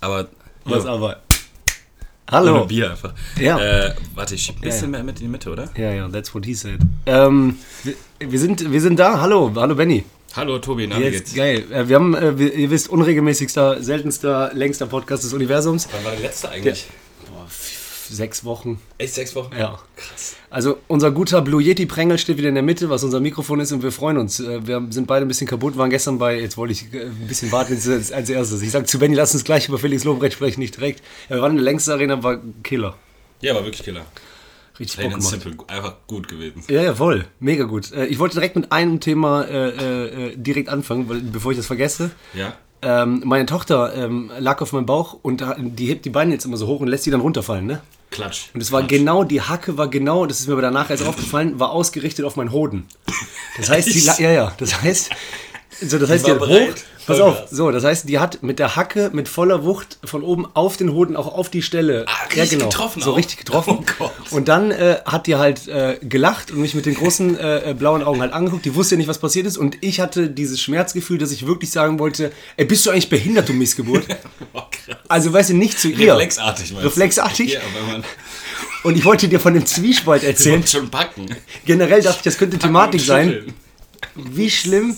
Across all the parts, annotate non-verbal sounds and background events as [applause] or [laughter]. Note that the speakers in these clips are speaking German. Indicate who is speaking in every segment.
Speaker 1: Aber
Speaker 2: Was
Speaker 1: jo,
Speaker 2: aber?
Speaker 1: ohne
Speaker 2: Hallo.
Speaker 1: Bier einfach.
Speaker 2: Ja.
Speaker 1: Äh, warte, ich schieb ein bisschen
Speaker 2: ja.
Speaker 1: mehr mit in die Mitte, oder?
Speaker 2: Ja, ja, that's what he said. Ähm, wir, wir, sind, wir sind da. Hallo, hallo Benny.
Speaker 1: Hallo Tobi, na, wie geht's?
Speaker 2: Jetzt, geil. Äh, Wir haben, äh, wir- ihr wisst, unregelmäßigster, seltenster, längster Podcast des Universums.
Speaker 1: Wann war der letzte eigentlich?
Speaker 2: Boah, f- sechs Wochen.
Speaker 1: Echt sechs Wochen?
Speaker 2: Ja.
Speaker 1: Krass.
Speaker 2: Also unser guter Blue Yeti Prängel steht wieder in der Mitte, was unser Mikrofon ist und wir freuen uns. Äh, Wir sind beide ein bisschen kaputt, waren gestern bei, jetzt wollte ich äh, ein bisschen warten jetzt als als erstes. Ich sag zu Benny, lass uns gleich über Felix Lobrecht sprechen, nicht direkt. Ja, wir waren in der längsten Arena, war Killer.
Speaker 1: Ja, war wirklich killer.
Speaker 2: Oh, Richtig
Speaker 1: Plain
Speaker 2: Bock
Speaker 1: and
Speaker 2: gemacht.
Speaker 1: simple, einfach gut gewesen.
Speaker 2: Ja, ja, voll. Mega gut. Äh, Ich wollte direkt mit einem Thema äh, äh, direkt anfangen, weil, bevor ich das vergesse.
Speaker 1: Ja?
Speaker 2: Ähm, meine Tochter ähm, lag auf meinem Bauch und da- die hebt die Beine jetzt immer so hoch und lässt sie dann runterfallen, ne?
Speaker 1: Klatsch.
Speaker 2: Und es war
Speaker 1: Klatsch.
Speaker 2: genau, die Hacke war genau, das ist mir aber danach erst aufgefallen, war ausgerichtet auf meinen Hoden. Das heißt, die, la- ja, ja, das heißt, so, das heißt, die
Speaker 1: war
Speaker 2: hat hoch,
Speaker 1: bereit.
Speaker 2: pass
Speaker 1: Vollgas.
Speaker 2: auf, so, das heißt, die hat mit der Hacke mit voller Wucht von oben auf den Hoden, auch auf die Stelle, genau,
Speaker 1: Ah, richtig getroffen
Speaker 2: so
Speaker 1: auch?
Speaker 2: richtig getroffen.
Speaker 1: Oh Gott.
Speaker 2: Und dann äh, hat die halt äh, gelacht und mich mit den großen äh, äh, blauen Augen halt angeguckt, die wusste ja nicht, was passiert ist und ich hatte dieses Schmerzgefühl, dass ich wirklich sagen wollte, ey, bist du eigentlich behindert,
Speaker 1: [laughs]
Speaker 2: du Missgeburt?
Speaker 1: Boah, Oh, krass.
Speaker 2: Also, weißt du, nicht zu ihr.
Speaker 1: Reflexartig, meinst du?
Speaker 2: Reflexartig.
Speaker 1: Ja, weil
Speaker 2: [laughs]
Speaker 1: man
Speaker 2: Und ich wollte dir von dem Zwiespalt erzählen.
Speaker 1: den schon packen.
Speaker 2: Generell dachte ich, das könnte Thematik
Speaker 1: Und
Speaker 2: sein.
Speaker 1: schütteln.
Speaker 2: Wie schlimm.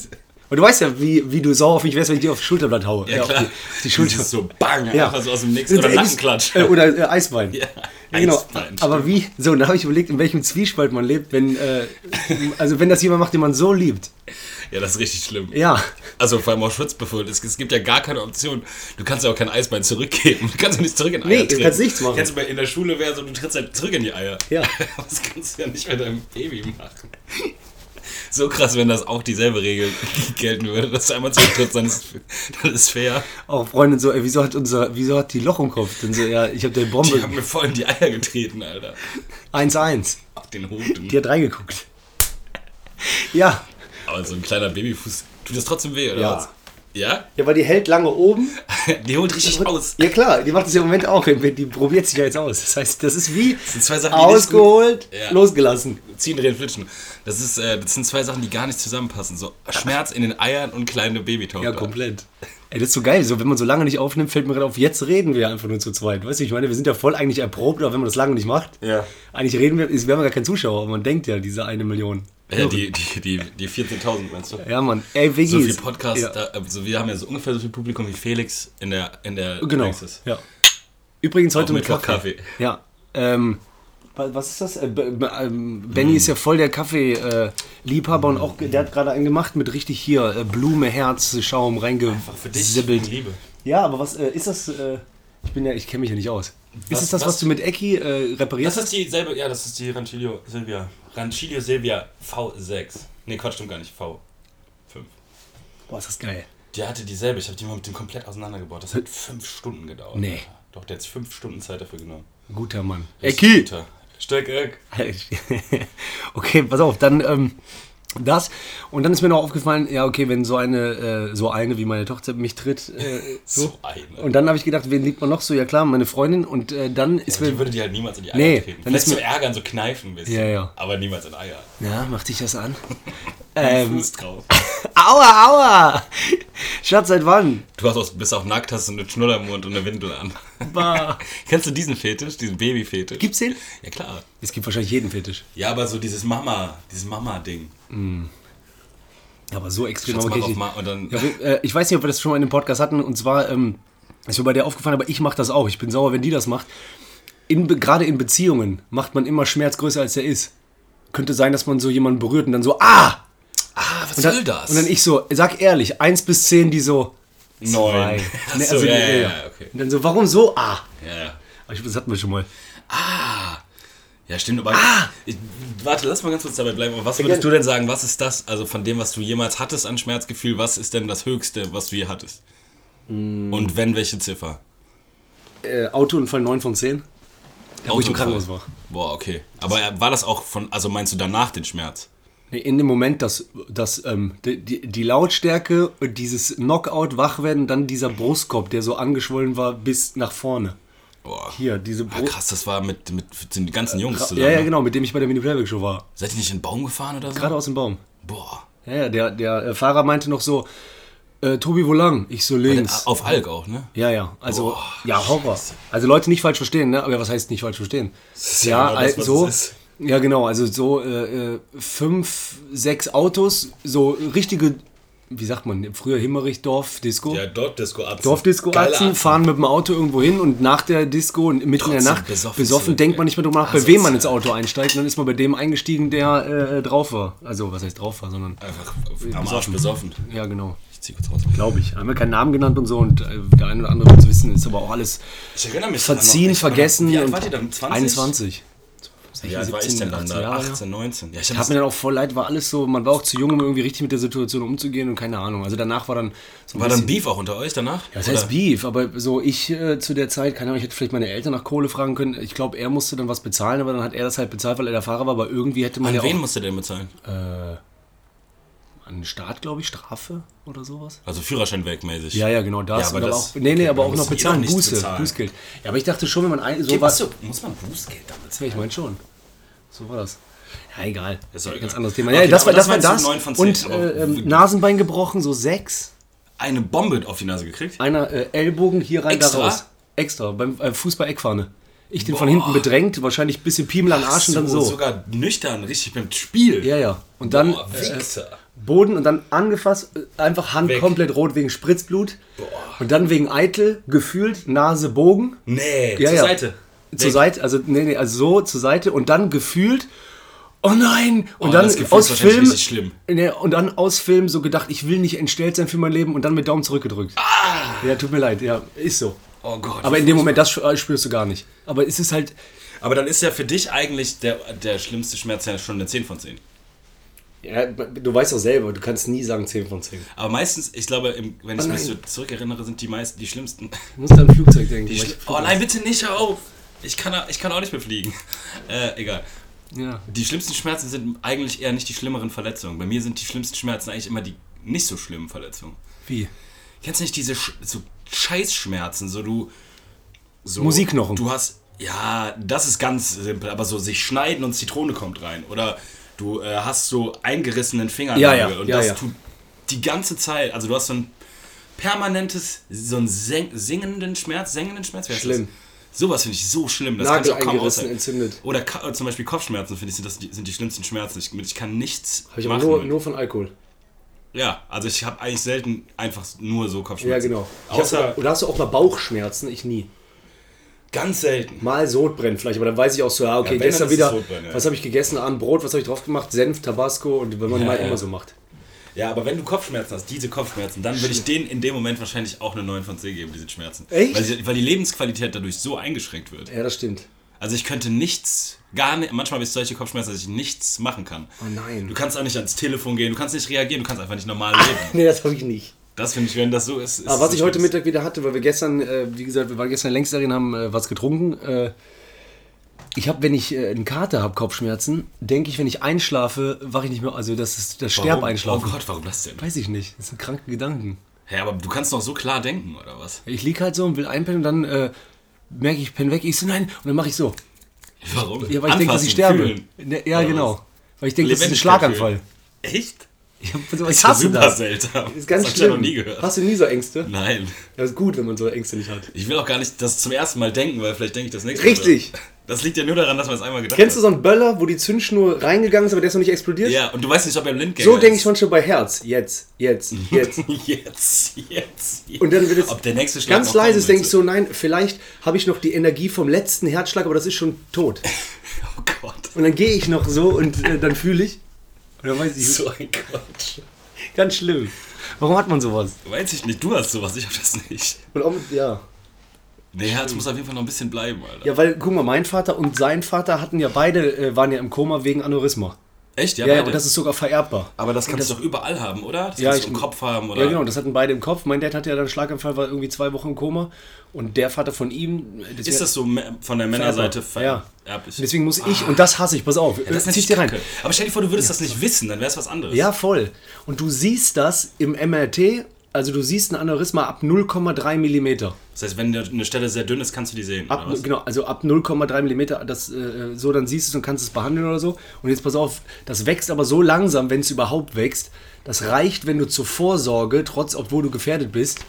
Speaker 2: Und du weißt ja, wie, wie du sauer auf mich wärst, wenn ich dir aufs Schulterblatt haue. Äh,
Speaker 1: Ja,
Speaker 2: auf,
Speaker 1: klar.
Speaker 2: die, auf die
Speaker 1: [laughs]
Speaker 2: Schulter.
Speaker 1: Dieses so bang,
Speaker 2: Ja.
Speaker 1: einfach so aus dem Nix. Oder
Speaker 2: Äh,
Speaker 1: Nackenklatsch.
Speaker 2: Äh, oder äh, Eisbein. Ja, genau.
Speaker 1: Eisbein,
Speaker 2: Aber wie, so, und da habe ich überlegt, in welchem Zwiespalt man lebt, wenn, äh, also wenn das jemand macht, den man so liebt.
Speaker 1: Ja, das ist richtig schlimm.
Speaker 2: Ja.
Speaker 1: Also vor allem auch Schutzbefohlen. Es, es gibt ja gar keine Option. Du kannst ja auch kein Eisbein zurückgeben. Du kannst ja nicht zurück in Eier
Speaker 2: Nee, du
Speaker 1: treten.
Speaker 2: kannst nichts machen.
Speaker 1: Jetzt bei, in der Schule wäre so, du trittst halt zurück in die Eier.
Speaker 2: Ja.
Speaker 1: [laughs] Das kannst du ja nicht mit deinem Baby machen. So krass, wenn das auch dieselbe Regel [laughs] gelten würde, dass du einmal zurücktrittst, dann ist, dann ist fair.
Speaker 2: Auch Freundin so, ey, wieso hat unser, wieso hat die Loch im Kopf? Dann so, ja, ich habe der
Speaker 1: Die
Speaker 2: Bombe
Speaker 1: haben mir voll in die Eier getreten, Alter.
Speaker 2: 1-1.
Speaker 1: Auf den Hoden.
Speaker 2: Die hat reingeguckt. Ja.
Speaker 1: Aber so ein kleiner Babyfuß, tut das trotzdem weh, oder
Speaker 2: Ja.
Speaker 1: was? Ja? [laughs]
Speaker 2: Ja, weil die hält lange oben
Speaker 1: Die holt richtig aus.
Speaker 2: Ja klar, die macht es ja im Moment auch. Die probiert sich ja jetzt aus. Das heißt, das ist wie
Speaker 1: sind zwei Sachen, die nicht
Speaker 2: ausgeholt,
Speaker 1: gut- Ja.
Speaker 2: losgelassen.
Speaker 1: Ziehen, drehen, flitschen. Das, ist, äh, das sind zwei Sachen, die gar nicht zusammenpassen. So Schmerz in den Eiern und kleine Babytochter.
Speaker 2: Ja, komplett. Ey, das ist so geil. So, wenn man so lange nicht aufnimmt, fällt mir gerade auf, jetzt reden wir einfach nur zu zweit. Weißt du, ich meine, wir sind ja voll eigentlich erprobt, aber wenn man das lange nicht macht,
Speaker 1: Ja.
Speaker 2: eigentlich reden wir, ist- wir haben ja gar keinen Zuschauer, aber man denkt ja, diese eine Million.
Speaker 1: Äh, die die, die, die 14.000 meinst du?
Speaker 2: Ja, Mann. Ey, Veggies.
Speaker 1: So viel Podcast,
Speaker 2: Ja.
Speaker 1: da, also wir haben ja so ungefähr so viel Publikum wie Felix in der in der
Speaker 2: Genau.
Speaker 1: Praxis.
Speaker 2: Ja. Übrigens heute
Speaker 1: Auch
Speaker 2: mit,
Speaker 1: mit
Speaker 2: Kaffee.
Speaker 1: Kaffee.
Speaker 2: Ja. Ähm, wa- was ist das? Äh, B- B- ähm, Benny
Speaker 1: Hm.
Speaker 2: ist ja voll der Kaffee-Liebhaber und auch ge- der hat gerade einen gemacht mit richtig hier äh, Blume, Herz, Schaum reingesibbelt.
Speaker 1: Liebe.
Speaker 2: Ja, aber was äh, ist das? Äh, ich bin ja, ich kenne mich ja nicht aus. ist
Speaker 1: Was-
Speaker 2: es das, was,
Speaker 1: was-
Speaker 2: du mit Ecki äh,
Speaker 1: Das
Speaker 2: reparierst?
Speaker 1: ist dieselbe, ja, das ist die Ranchilio Silvia. Ranchilio Silvia V6. Ne, Quatsch, stimmt gar nicht, V5.
Speaker 2: Boah, ist das geil.
Speaker 1: Die hatte dieselbe, ich habe die mal mit dem komplett auseinandergebaut. Das hat fünf Stunden gedauert.
Speaker 2: Nee.
Speaker 1: Doch, der hat jetzt fünf Stunden Zeit dafür genommen.
Speaker 2: Guter Mann.
Speaker 1: Richtig guter. Steck, Eck.
Speaker 2: [laughs] Okay, pass auf, dann ähm, das. Und dann ist mir noch aufgefallen, ja, okay, wenn so eine, äh, so eine wie meine Tochter mich tritt, äh,
Speaker 1: So eine.
Speaker 2: Und dann habe ich gedacht, wen liebt man noch so? Ja klar, meine Freundin. Und äh, dann ist
Speaker 1: Die
Speaker 2: mir...
Speaker 1: würde die halt niemals in die Eier
Speaker 2: Nee,
Speaker 1: treten.
Speaker 2: dann ist
Speaker 1: Vielleicht zum
Speaker 2: mir-
Speaker 1: Ärgern so kneifen ein bisschen.
Speaker 2: Ja, ja.
Speaker 1: Aber niemals in Eier.
Speaker 2: Na, mach dich das an.
Speaker 1: Ähm,
Speaker 2: ähm,
Speaker 1: Fuß drauf.
Speaker 2: aua, aua! Schatz, seit wann?
Speaker 1: Du hast auch, bist auch nackt, hast so einen Schnuller im Mund und eine Windel an. [laughs]
Speaker 2: Bah.
Speaker 1: Kennst du diesen Fetisch, diesen Babyfetisch?
Speaker 2: Gibt's den?
Speaker 1: Ja, klar.
Speaker 2: Es gibt wahrscheinlich jeden Fetisch.
Speaker 1: Ja, aber so dieses Mama, dieses Mama-Ding.
Speaker 2: Aber so extrem.
Speaker 1: Kannst
Speaker 2: aber
Speaker 1: du mal
Speaker 2: okay,
Speaker 1: drauf
Speaker 2: ich-
Speaker 1: machen und dann.
Speaker 2: Ja, wir- äh, ich weiß nicht, ob wir das schon mal in dem Podcast hatten. Und zwar ähm, ist mir bei der aufgefallen, aber ich mache das auch. Ich bin sauer, wenn die das macht. In, Be- gerade in Beziehungen macht man immer Schmerz größer, als der ist. Könnte sein, dass man so jemanden berührt und dann so, ah!
Speaker 1: ah, was
Speaker 2: Und dann,
Speaker 1: soll das?
Speaker 2: Und dann ich so, sag ehrlich, 1 bis 10, die so,
Speaker 1: Neun.
Speaker 2: Nein.
Speaker 1: Ach
Speaker 2: Nee,
Speaker 1: so,
Speaker 2: also die-
Speaker 1: ja, ja,
Speaker 2: ja.
Speaker 1: ja, okay.
Speaker 2: Und dann so, warum so? Ah.
Speaker 1: Ja, ja.
Speaker 2: Aber ich- Das hatten wir schon mal.
Speaker 1: Ja, stimmt, aber.
Speaker 2: Ah!
Speaker 1: Ich, warte, lass mal ganz kurz dabei bleiben. Aber was würdest du denn sagen, was ist das, also von dem, was du jemals hattest an Schmerzgefühl, was ist denn das Höchste, was du je hattest?
Speaker 2: Mm.
Speaker 1: Und wenn, welche Ziffer?
Speaker 2: Äh, Autounfall 9 von 10. Da wo ich
Speaker 1: Autounfall.
Speaker 2: im Krankenhaus war.
Speaker 1: Boah, okay. Aber äh, war das auch von, also meinst du danach den Schmerz?
Speaker 2: Nee, In dem Moment, dass, dass ähm, die, die, die Lautstärke und dieses Knockout wachwerden, dann dieser Brustkorb, der so angeschwollen war bis nach vorne.
Speaker 1: Boah.
Speaker 2: Hier, diese
Speaker 1: Ah,
Speaker 2: Brust.
Speaker 1: krass, das war mit, mit den ganzen Jungs zusammen.
Speaker 2: Ja, ja,
Speaker 1: ne?
Speaker 2: genau, mit dem ich bei der Mini-Playback-Show war.
Speaker 1: Seid ihr nicht in den Baum gefahren oder so?
Speaker 2: Gerade aus dem Baum.
Speaker 1: Boah.
Speaker 2: Ja, ja, der, der äh, Fahrer meinte noch so, Äh, Tobi, wo lang? Ich so links.
Speaker 1: Auf Alk auch, ne?
Speaker 2: Ja, ja. Also, Boah, ja, Horror. Also, Leute nicht falsch verstehen, ne? Aber was heißt nicht falsch verstehen? Ja,
Speaker 1: genau das, was
Speaker 2: also,
Speaker 1: es ist.
Speaker 2: ja, genau. Also, so äh, äh, fünf, sechs Autos, so richtige, wie sagt man, früher Himmerichtdorf-Disco.
Speaker 1: Ja, dort Disco Atzen.
Speaker 2: Dorfdisco-Atzen
Speaker 1: Geile
Speaker 2: fahren mit dem Auto irgendwo hin und nach der Disco und mitten in
Speaker 1: Trotzdem
Speaker 2: der Nacht
Speaker 1: besoffen
Speaker 2: besoffen,
Speaker 1: zurück,
Speaker 2: denkt
Speaker 1: ey.
Speaker 2: man nicht mehr drüber nach, bei
Speaker 1: Also,
Speaker 2: wem man
Speaker 1: ja.
Speaker 2: ins Auto einsteigt. Und dann ist man bei dem eingestiegen, der äh, drauf war. Also, was heißt drauf war, sondern.
Speaker 1: Einfach am Arsch besoffen.
Speaker 2: Ja, genau.
Speaker 1: Ich zieh kurz raus.
Speaker 2: Glaube ich. Haben wir keinen Namen genannt und so und äh, der eine oder andere wird es wissen, ist aber auch alles
Speaker 1: Ich erinnere mich daran noch
Speaker 2: verziehen,
Speaker 1: nicht.
Speaker 2: vergessen.
Speaker 1: Wie alt
Speaker 2: und
Speaker 1: wart ihr dann? 20?
Speaker 2: 21.
Speaker 1: Wie alt war ich denn dann
Speaker 2: 18
Speaker 1: da?
Speaker 2: Jahre.
Speaker 1: 18, 19. Ja, ich
Speaker 2: Hat
Speaker 1: hab
Speaker 2: mir
Speaker 1: das,
Speaker 2: dann auch voll leid, war alles so, man war auch zu jung, um irgendwie richtig mit der Situation umzugehen und keine Ahnung. Also danach war dann so ein
Speaker 1: war dann
Speaker 2: bisschen,
Speaker 1: Beef auch unter euch danach?
Speaker 2: das
Speaker 1: Oder-
Speaker 2: heißt Beef, aber so ich äh, zu der Zeit, keine Ahnung, ich hätte vielleicht meine Eltern nach Kohle fragen können. Ich glaube, er musste dann was bezahlen, aber dann hat er das halt bezahlt, weil er der Fahrer war, aber irgendwie hätte man
Speaker 1: An
Speaker 2: ja
Speaker 1: wen musst du denn bezahlen?
Speaker 2: auch an den Staat, glaube ich, Strafe oder sowas.
Speaker 1: Also Führerschein wegmäßig.
Speaker 2: Ja, ja, genau das.
Speaker 1: Ja, aber
Speaker 2: und aber
Speaker 1: das-
Speaker 2: auch, nee, nee, aber
Speaker 1: man
Speaker 2: auch
Speaker 1: muss
Speaker 2: noch
Speaker 1: eh noch
Speaker 2: bezahlen,
Speaker 1: nichts
Speaker 2: Buße,
Speaker 1: bezahlen.
Speaker 2: Bußgeld. Ja, aber ich dachte schon, wenn man ein, so
Speaker 1: Gibt-
Speaker 2: war,
Speaker 1: Achso, muss man Bußgeld damit zahlen?
Speaker 2: Ja, ich meine schon. So war das. Ja, egal. Äh,
Speaker 1: Ist doch
Speaker 2: Ganz
Speaker 1: egal.
Speaker 2: anderes Thema.
Speaker 1: Okay,
Speaker 2: Ja, das,
Speaker 1: aber
Speaker 2: war
Speaker 1: das
Speaker 2: das. War
Speaker 1: meinst du
Speaker 2: das.
Speaker 1: neun von zehn,
Speaker 2: und
Speaker 1: aber-
Speaker 2: äh, ähm, Nasenbein gebrochen, so sechs.
Speaker 1: Eine Bombe auf die Nase gekriegt?
Speaker 2: Einer äh, Ellbogen hier rein,
Speaker 1: Extra?
Speaker 2: da raus. Extra, beim äh, Fußball-Eckfahne. Ich den von hinten bedrängt, wahrscheinlich ein bisschen Piemel an den Arsch und dann so.
Speaker 1: Sogar nüchtern, richtig beim Spiel.
Speaker 2: Ja, ja. Und dann
Speaker 1: Boah,
Speaker 2: äh,
Speaker 1: Wichser.
Speaker 2: Boden und dann angefasst, äh, einfach Hand
Speaker 1: Weg.
Speaker 2: komplett rot wegen Spritzblut. Und dann wegen Eitel, gefühlt, Nase, Bogen.
Speaker 1: Nee,
Speaker 2: Ja,
Speaker 1: zur
Speaker 2: ja.
Speaker 1: Seite.
Speaker 2: Zur Seite, also nee, nee, also so zur Seite und dann gefühlt, oh nein! Und
Speaker 1: Oh,
Speaker 2: dann
Speaker 1: das Gefühl ist
Speaker 2: aus
Speaker 1: wahrscheinlich
Speaker 2: Film.
Speaker 1: richtig schlimm.
Speaker 2: Nee, und dann aus Film so gedacht, ich will nicht entstellt sein für mein Leben und dann mit Daumen zurückgedrückt. Ja, tut mir leid, ja, ist so.
Speaker 1: Ah! Oh Gott.
Speaker 2: Aber in dem Moment, das sch- äh, spürst du gar nicht. Aber es ist halt,
Speaker 1: Aber dann ist ja für dich eigentlich der, der schlimmste Schmerz ja schon eine 10 von 10.
Speaker 2: ja, du weißt doch selber, du kannst nie sagen 10 von 10.
Speaker 1: Aber meistens, ich glaube, im, wenn ich
Speaker 2: Oh
Speaker 1: mich so
Speaker 2: nein.
Speaker 1: zurückerinnere, sind die meisten die schlimmsten.
Speaker 2: Du musst an ein Flugzeug denken.
Speaker 1: Die
Speaker 2: weil
Speaker 1: schli- oh nein, bitte nicht, hör auf! Ich kann, ich kann auch nicht mehr fliegen. [laughs] Äh, egal.
Speaker 2: ich- ja.
Speaker 1: Die schlimmsten Schmerzen sind eigentlich eher nicht die schlimmeren Verletzungen. Bei mir sind die schlimmsten Schmerzen eigentlich immer die nicht so schlimmen Verletzungen.
Speaker 2: Wie?
Speaker 1: Kennst du nicht diese Sch so Scheißschmerzen, so du so
Speaker 2: Musikknochen.
Speaker 1: Du hast ja, das ist ganz simpel, aber so sich schneiden und Zitrone kommt rein oder du äh, hast so eingerissenen Fingernagel
Speaker 2: Ja, ja,
Speaker 1: und
Speaker 2: ja,
Speaker 1: das
Speaker 2: ja.
Speaker 1: tut die ganze Zeit, also du hast so ein permanentes so einen sen- singenden Schmerz, sengenden Schmerz, wie heißt
Speaker 2: Schlimm.
Speaker 1: Das? Sowas finde ich so schlimm, das
Speaker 2: Nagel
Speaker 1: kann ich auch kaum
Speaker 2: eingerissen,
Speaker 1: aushalten.
Speaker 2: entzündet.
Speaker 1: Oder ka zum Beispiel Kopfschmerzen, finde ich, sind, das die, sind die schlimmsten Schmerzen. Ich, ich kann nichts
Speaker 2: Habe ich aber
Speaker 1: machen.
Speaker 2: nur,
Speaker 1: mit.
Speaker 2: nur von Alkohol.
Speaker 1: ja, also ich habe eigentlich selten einfach nur so Kopfschmerzen.
Speaker 2: Ja, genau. Ich
Speaker 1: Außer,
Speaker 2: hab, oder hast du auch mal Bauchschmerzen? Ich nie.
Speaker 1: Ganz selten.
Speaker 2: Mal Sodbrennen vielleicht, aber dann weiß ich auch so, ja, okay,
Speaker 1: Ja, wenn,
Speaker 2: gestern
Speaker 1: dann ist es
Speaker 2: wieder,
Speaker 1: Sodbrennen, ja.
Speaker 2: was habe ich gegessen, an Brot, was habe ich drauf gemacht, Senf, Tabasco und wenn man mal
Speaker 1: ja.
Speaker 2: immer so macht.
Speaker 1: Ja, aber wenn du Kopfschmerzen hast, diese Kopfschmerzen, dann würde ich denen in dem Moment wahrscheinlich auch eine 9 von 10 geben, diesen Schmerzen.
Speaker 2: Echt?
Speaker 1: Weil, die- weil die Lebensqualität dadurch so eingeschränkt wird.
Speaker 2: Ja, das stimmt. [laughs]
Speaker 1: Also ich könnte nichts, gar nicht, manchmal habe ich solche Kopfschmerzen, dass ich nichts machen kann.
Speaker 2: Oh nein.
Speaker 1: Du kannst auch nicht ans Telefon gehen, du kannst nicht reagieren, du kannst einfach nicht normal leben.
Speaker 2: Nee, das habe ich nicht.
Speaker 1: Das finde ich, wenn das so ist. ist
Speaker 2: Aber Ah. was
Speaker 1: es
Speaker 2: ich heute
Speaker 1: schlimm.
Speaker 2: Mittag wieder hatte, weil wir gestern, äh, wie gesagt, wir waren gestern längst darin, haben äh, was getrunken. Äh, ich habe, wenn ich äh, einen Kater habe, Kopfschmerzen, denke ich, wenn ich einschlafe, wache ich nicht mehr. Also das ist das
Speaker 1: Warum?
Speaker 2: Sterbeinschlafen.
Speaker 1: Oh Gott, warum das denn? Hä,
Speaker 2: Weiß ich nicht. Das sind kranke Gedanken.
Speaker 1: aber du kannst doch so klar denken, oder was?
Speaker 2: Ich lieg halt so und will einpennen und dann äh, merke ich, penne weg. Ich so, nein. Und dann mache ich so.
Speaker 1: Warum?
Speaker 2: Ja, weil ich denke, dass ich
Speaker 1: Anfassen,
Speaker 2: sterbe.
Speaker 1: fühlen.
Speaker 2: Ne, ja,
Speaker 1: Oder
Speaker 2: genau. Weil ich denke, das ist ein
Speaker 1: Lebendigkeit
Speaker 2: Schlaganfall.
Speaker 1: Echt?
Speaker 2: [laughs] Ich, hab so, ich
Speaker 1: Das ist
Speaker 2: hasse
Speaker 1: super
Speaker 2: das.
Speaker 1: seltsam.
Speaker 2: Das ist ganz
Speaker 1: das hab ich ja
Speaker 2: schlimm.
Speaker 1: noch nie gehört.
Speaker 2: Hast du nie so Ängste?
Speaker 1: Nein.
Speaker 2: Das ist gut, wenn man so Ängste nicht hat.
Speaker 1: Ich will auch gar nicht das zum ersten Mal denken, weil vielleicht denke ich das nächste
Speaker 2: Richtig.
Speaker 1: Mal. Das liegt ja nur daran, dass man es einmal gedacht
Speaker 2: Kennst du
Speaker 1: hat.
Speaker 2: so einen Böller, wo die Zündschnur reingegangen ist, aber der ist noch nicht explodiert?
Speaker 1: Ja, und du weißt nicht, ob er im Lindgänger
Speaker 2: So denke ich
Speaker 1: ist.
Speaker 2: manchmal bei Herz. Jetzt, jetzt, jetzt.
Speaker 1: [laughs] Jetzt, jetzt, jetzt.
Speaker 2: Und
Speaker 1: [laughs]
Speaker 2: dann wird es
Speaker 1: Mhm. Ob der nächste Schlag
Speaker 2: ganz
Speaker 1: noch
Speaker 2: leise
Speaker 1: kommen
Speaker 2: denke ich
Speaker 1: wird.
Speaker 2: so, nein, vielleicht habe ich noch die Energie vom letzten Herzschlag, aber das ist schon tot.
Speaker 1: Oh Gott. [laughs]
Speaker 2: Und dann gehe ich noch so und äh, dann fühle ich. Und dann weiß ich,
Speaker 1: So ein Quatsch.
Speaker 2: ganz schlimm. Warum hat man sowas?
Speaker 1: Weiß ich nicht, du hast sowas, ich hab das nicht.
Speaker 2: Und auch, ja.
Speaker 1: Nee, Herz muss auf jeden Fall noch ein bisschen bleiben, Alter.
Speaker 2: Ja, weil, guck mal, mein Vater und sein Vater hatten ja beide, äh, waren ja im Koma wegen Aneurysma.
Speaker 1: Echt?
Speaker 2: Ja, ja,
Speaker 1: beide.
Speaker 2: und das ist sogar vererbbar.
Speaker 1: aber das kannst du doch überall haben, oder? Das
Speaker 2: Ja,
Speaker 1: kannst du
Speaker 2: ich-
Speaker 1: im Kopf haben, oder?
Speaker 2: Ja, genau, das hatten beide im Kopf. Mein Dad hatte ja dann einen Schlaganfall, war irgendwie zwei Wochen im Koma. Und der Vater von ihm. äh,
Speaker 1: Ist das so mä- von der Männerseite vererblich? Ah.
Speaker 2: Und deswegen muss ich, und das hasse ich, pass auf,
Speaker 1: das ist
Speaker 2: zieh
Speaker 1: natürlich
Speaker 2: dir rein.
Speaker 1: Kacke. Aber stell dir vor, du würdest das nicht wissen, dann wäre es was anderes.
Speaker 2: Ja, voll. Und du siehst das im MRT, also du siehst ein Aneurysma ab 0,3 Millimeter.
Speaker 1: Das heißt, wenn eine Stelle sehr dünn ist, kannst du die sehen.
Speaker 2: Ab, genau, also ab 0,3 Millimeter, das, äh, so dann siehst du es und kannst es behandeln oder so. Und jetzt pass auf, das wächst aber so langsam, wenn es überhaupt wächst. Das reicht, wenn du zur Vorsorge, trotz obwohl du gefährdet bist,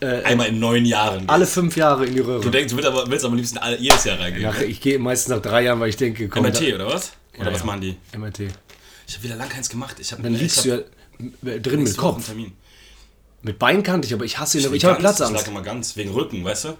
Speaker 1: äh, einmal in neun Jahren.
Speaker 2: alle fünf Jahre in die Röhre.
Speaker 1: Du denkst, du willst aber, willst aber am liebsten alle, jedes Jahr reingehen.
Speaker 2: Nach, ich gehe meistens nach drei Jahren, weil ich denke, komm.
Speaker 1: MRT oder was? Oder
Speaker 2: Ja,
Speaker 1: was
Speaker 2: ja.
Speaker 1: machen die?
Speaker 2: da, MRT.
Speaker 1: Ich habe wieder lang keins gemacht. Ich hab,
Speaker 2: Dann
Speaker 1: ich
Speaker 2: liegst
Speaker 1: hab
Speaker 2: du ja äh, drin mit
Speaker 1: nächste Woche einen
Speaker 2: Kopf.
Speaker 1: Termin.
Speaker 2: Mit Bein kannte ich, aber ich hasse ihn. aber Ich
Speaker 1: Ganz,
Speaker 2: habe
Speaker 1: Ich
Speaker 2: Platzangst.
Speaker 1: lag immer ganz, wegen Rücken, weißt du?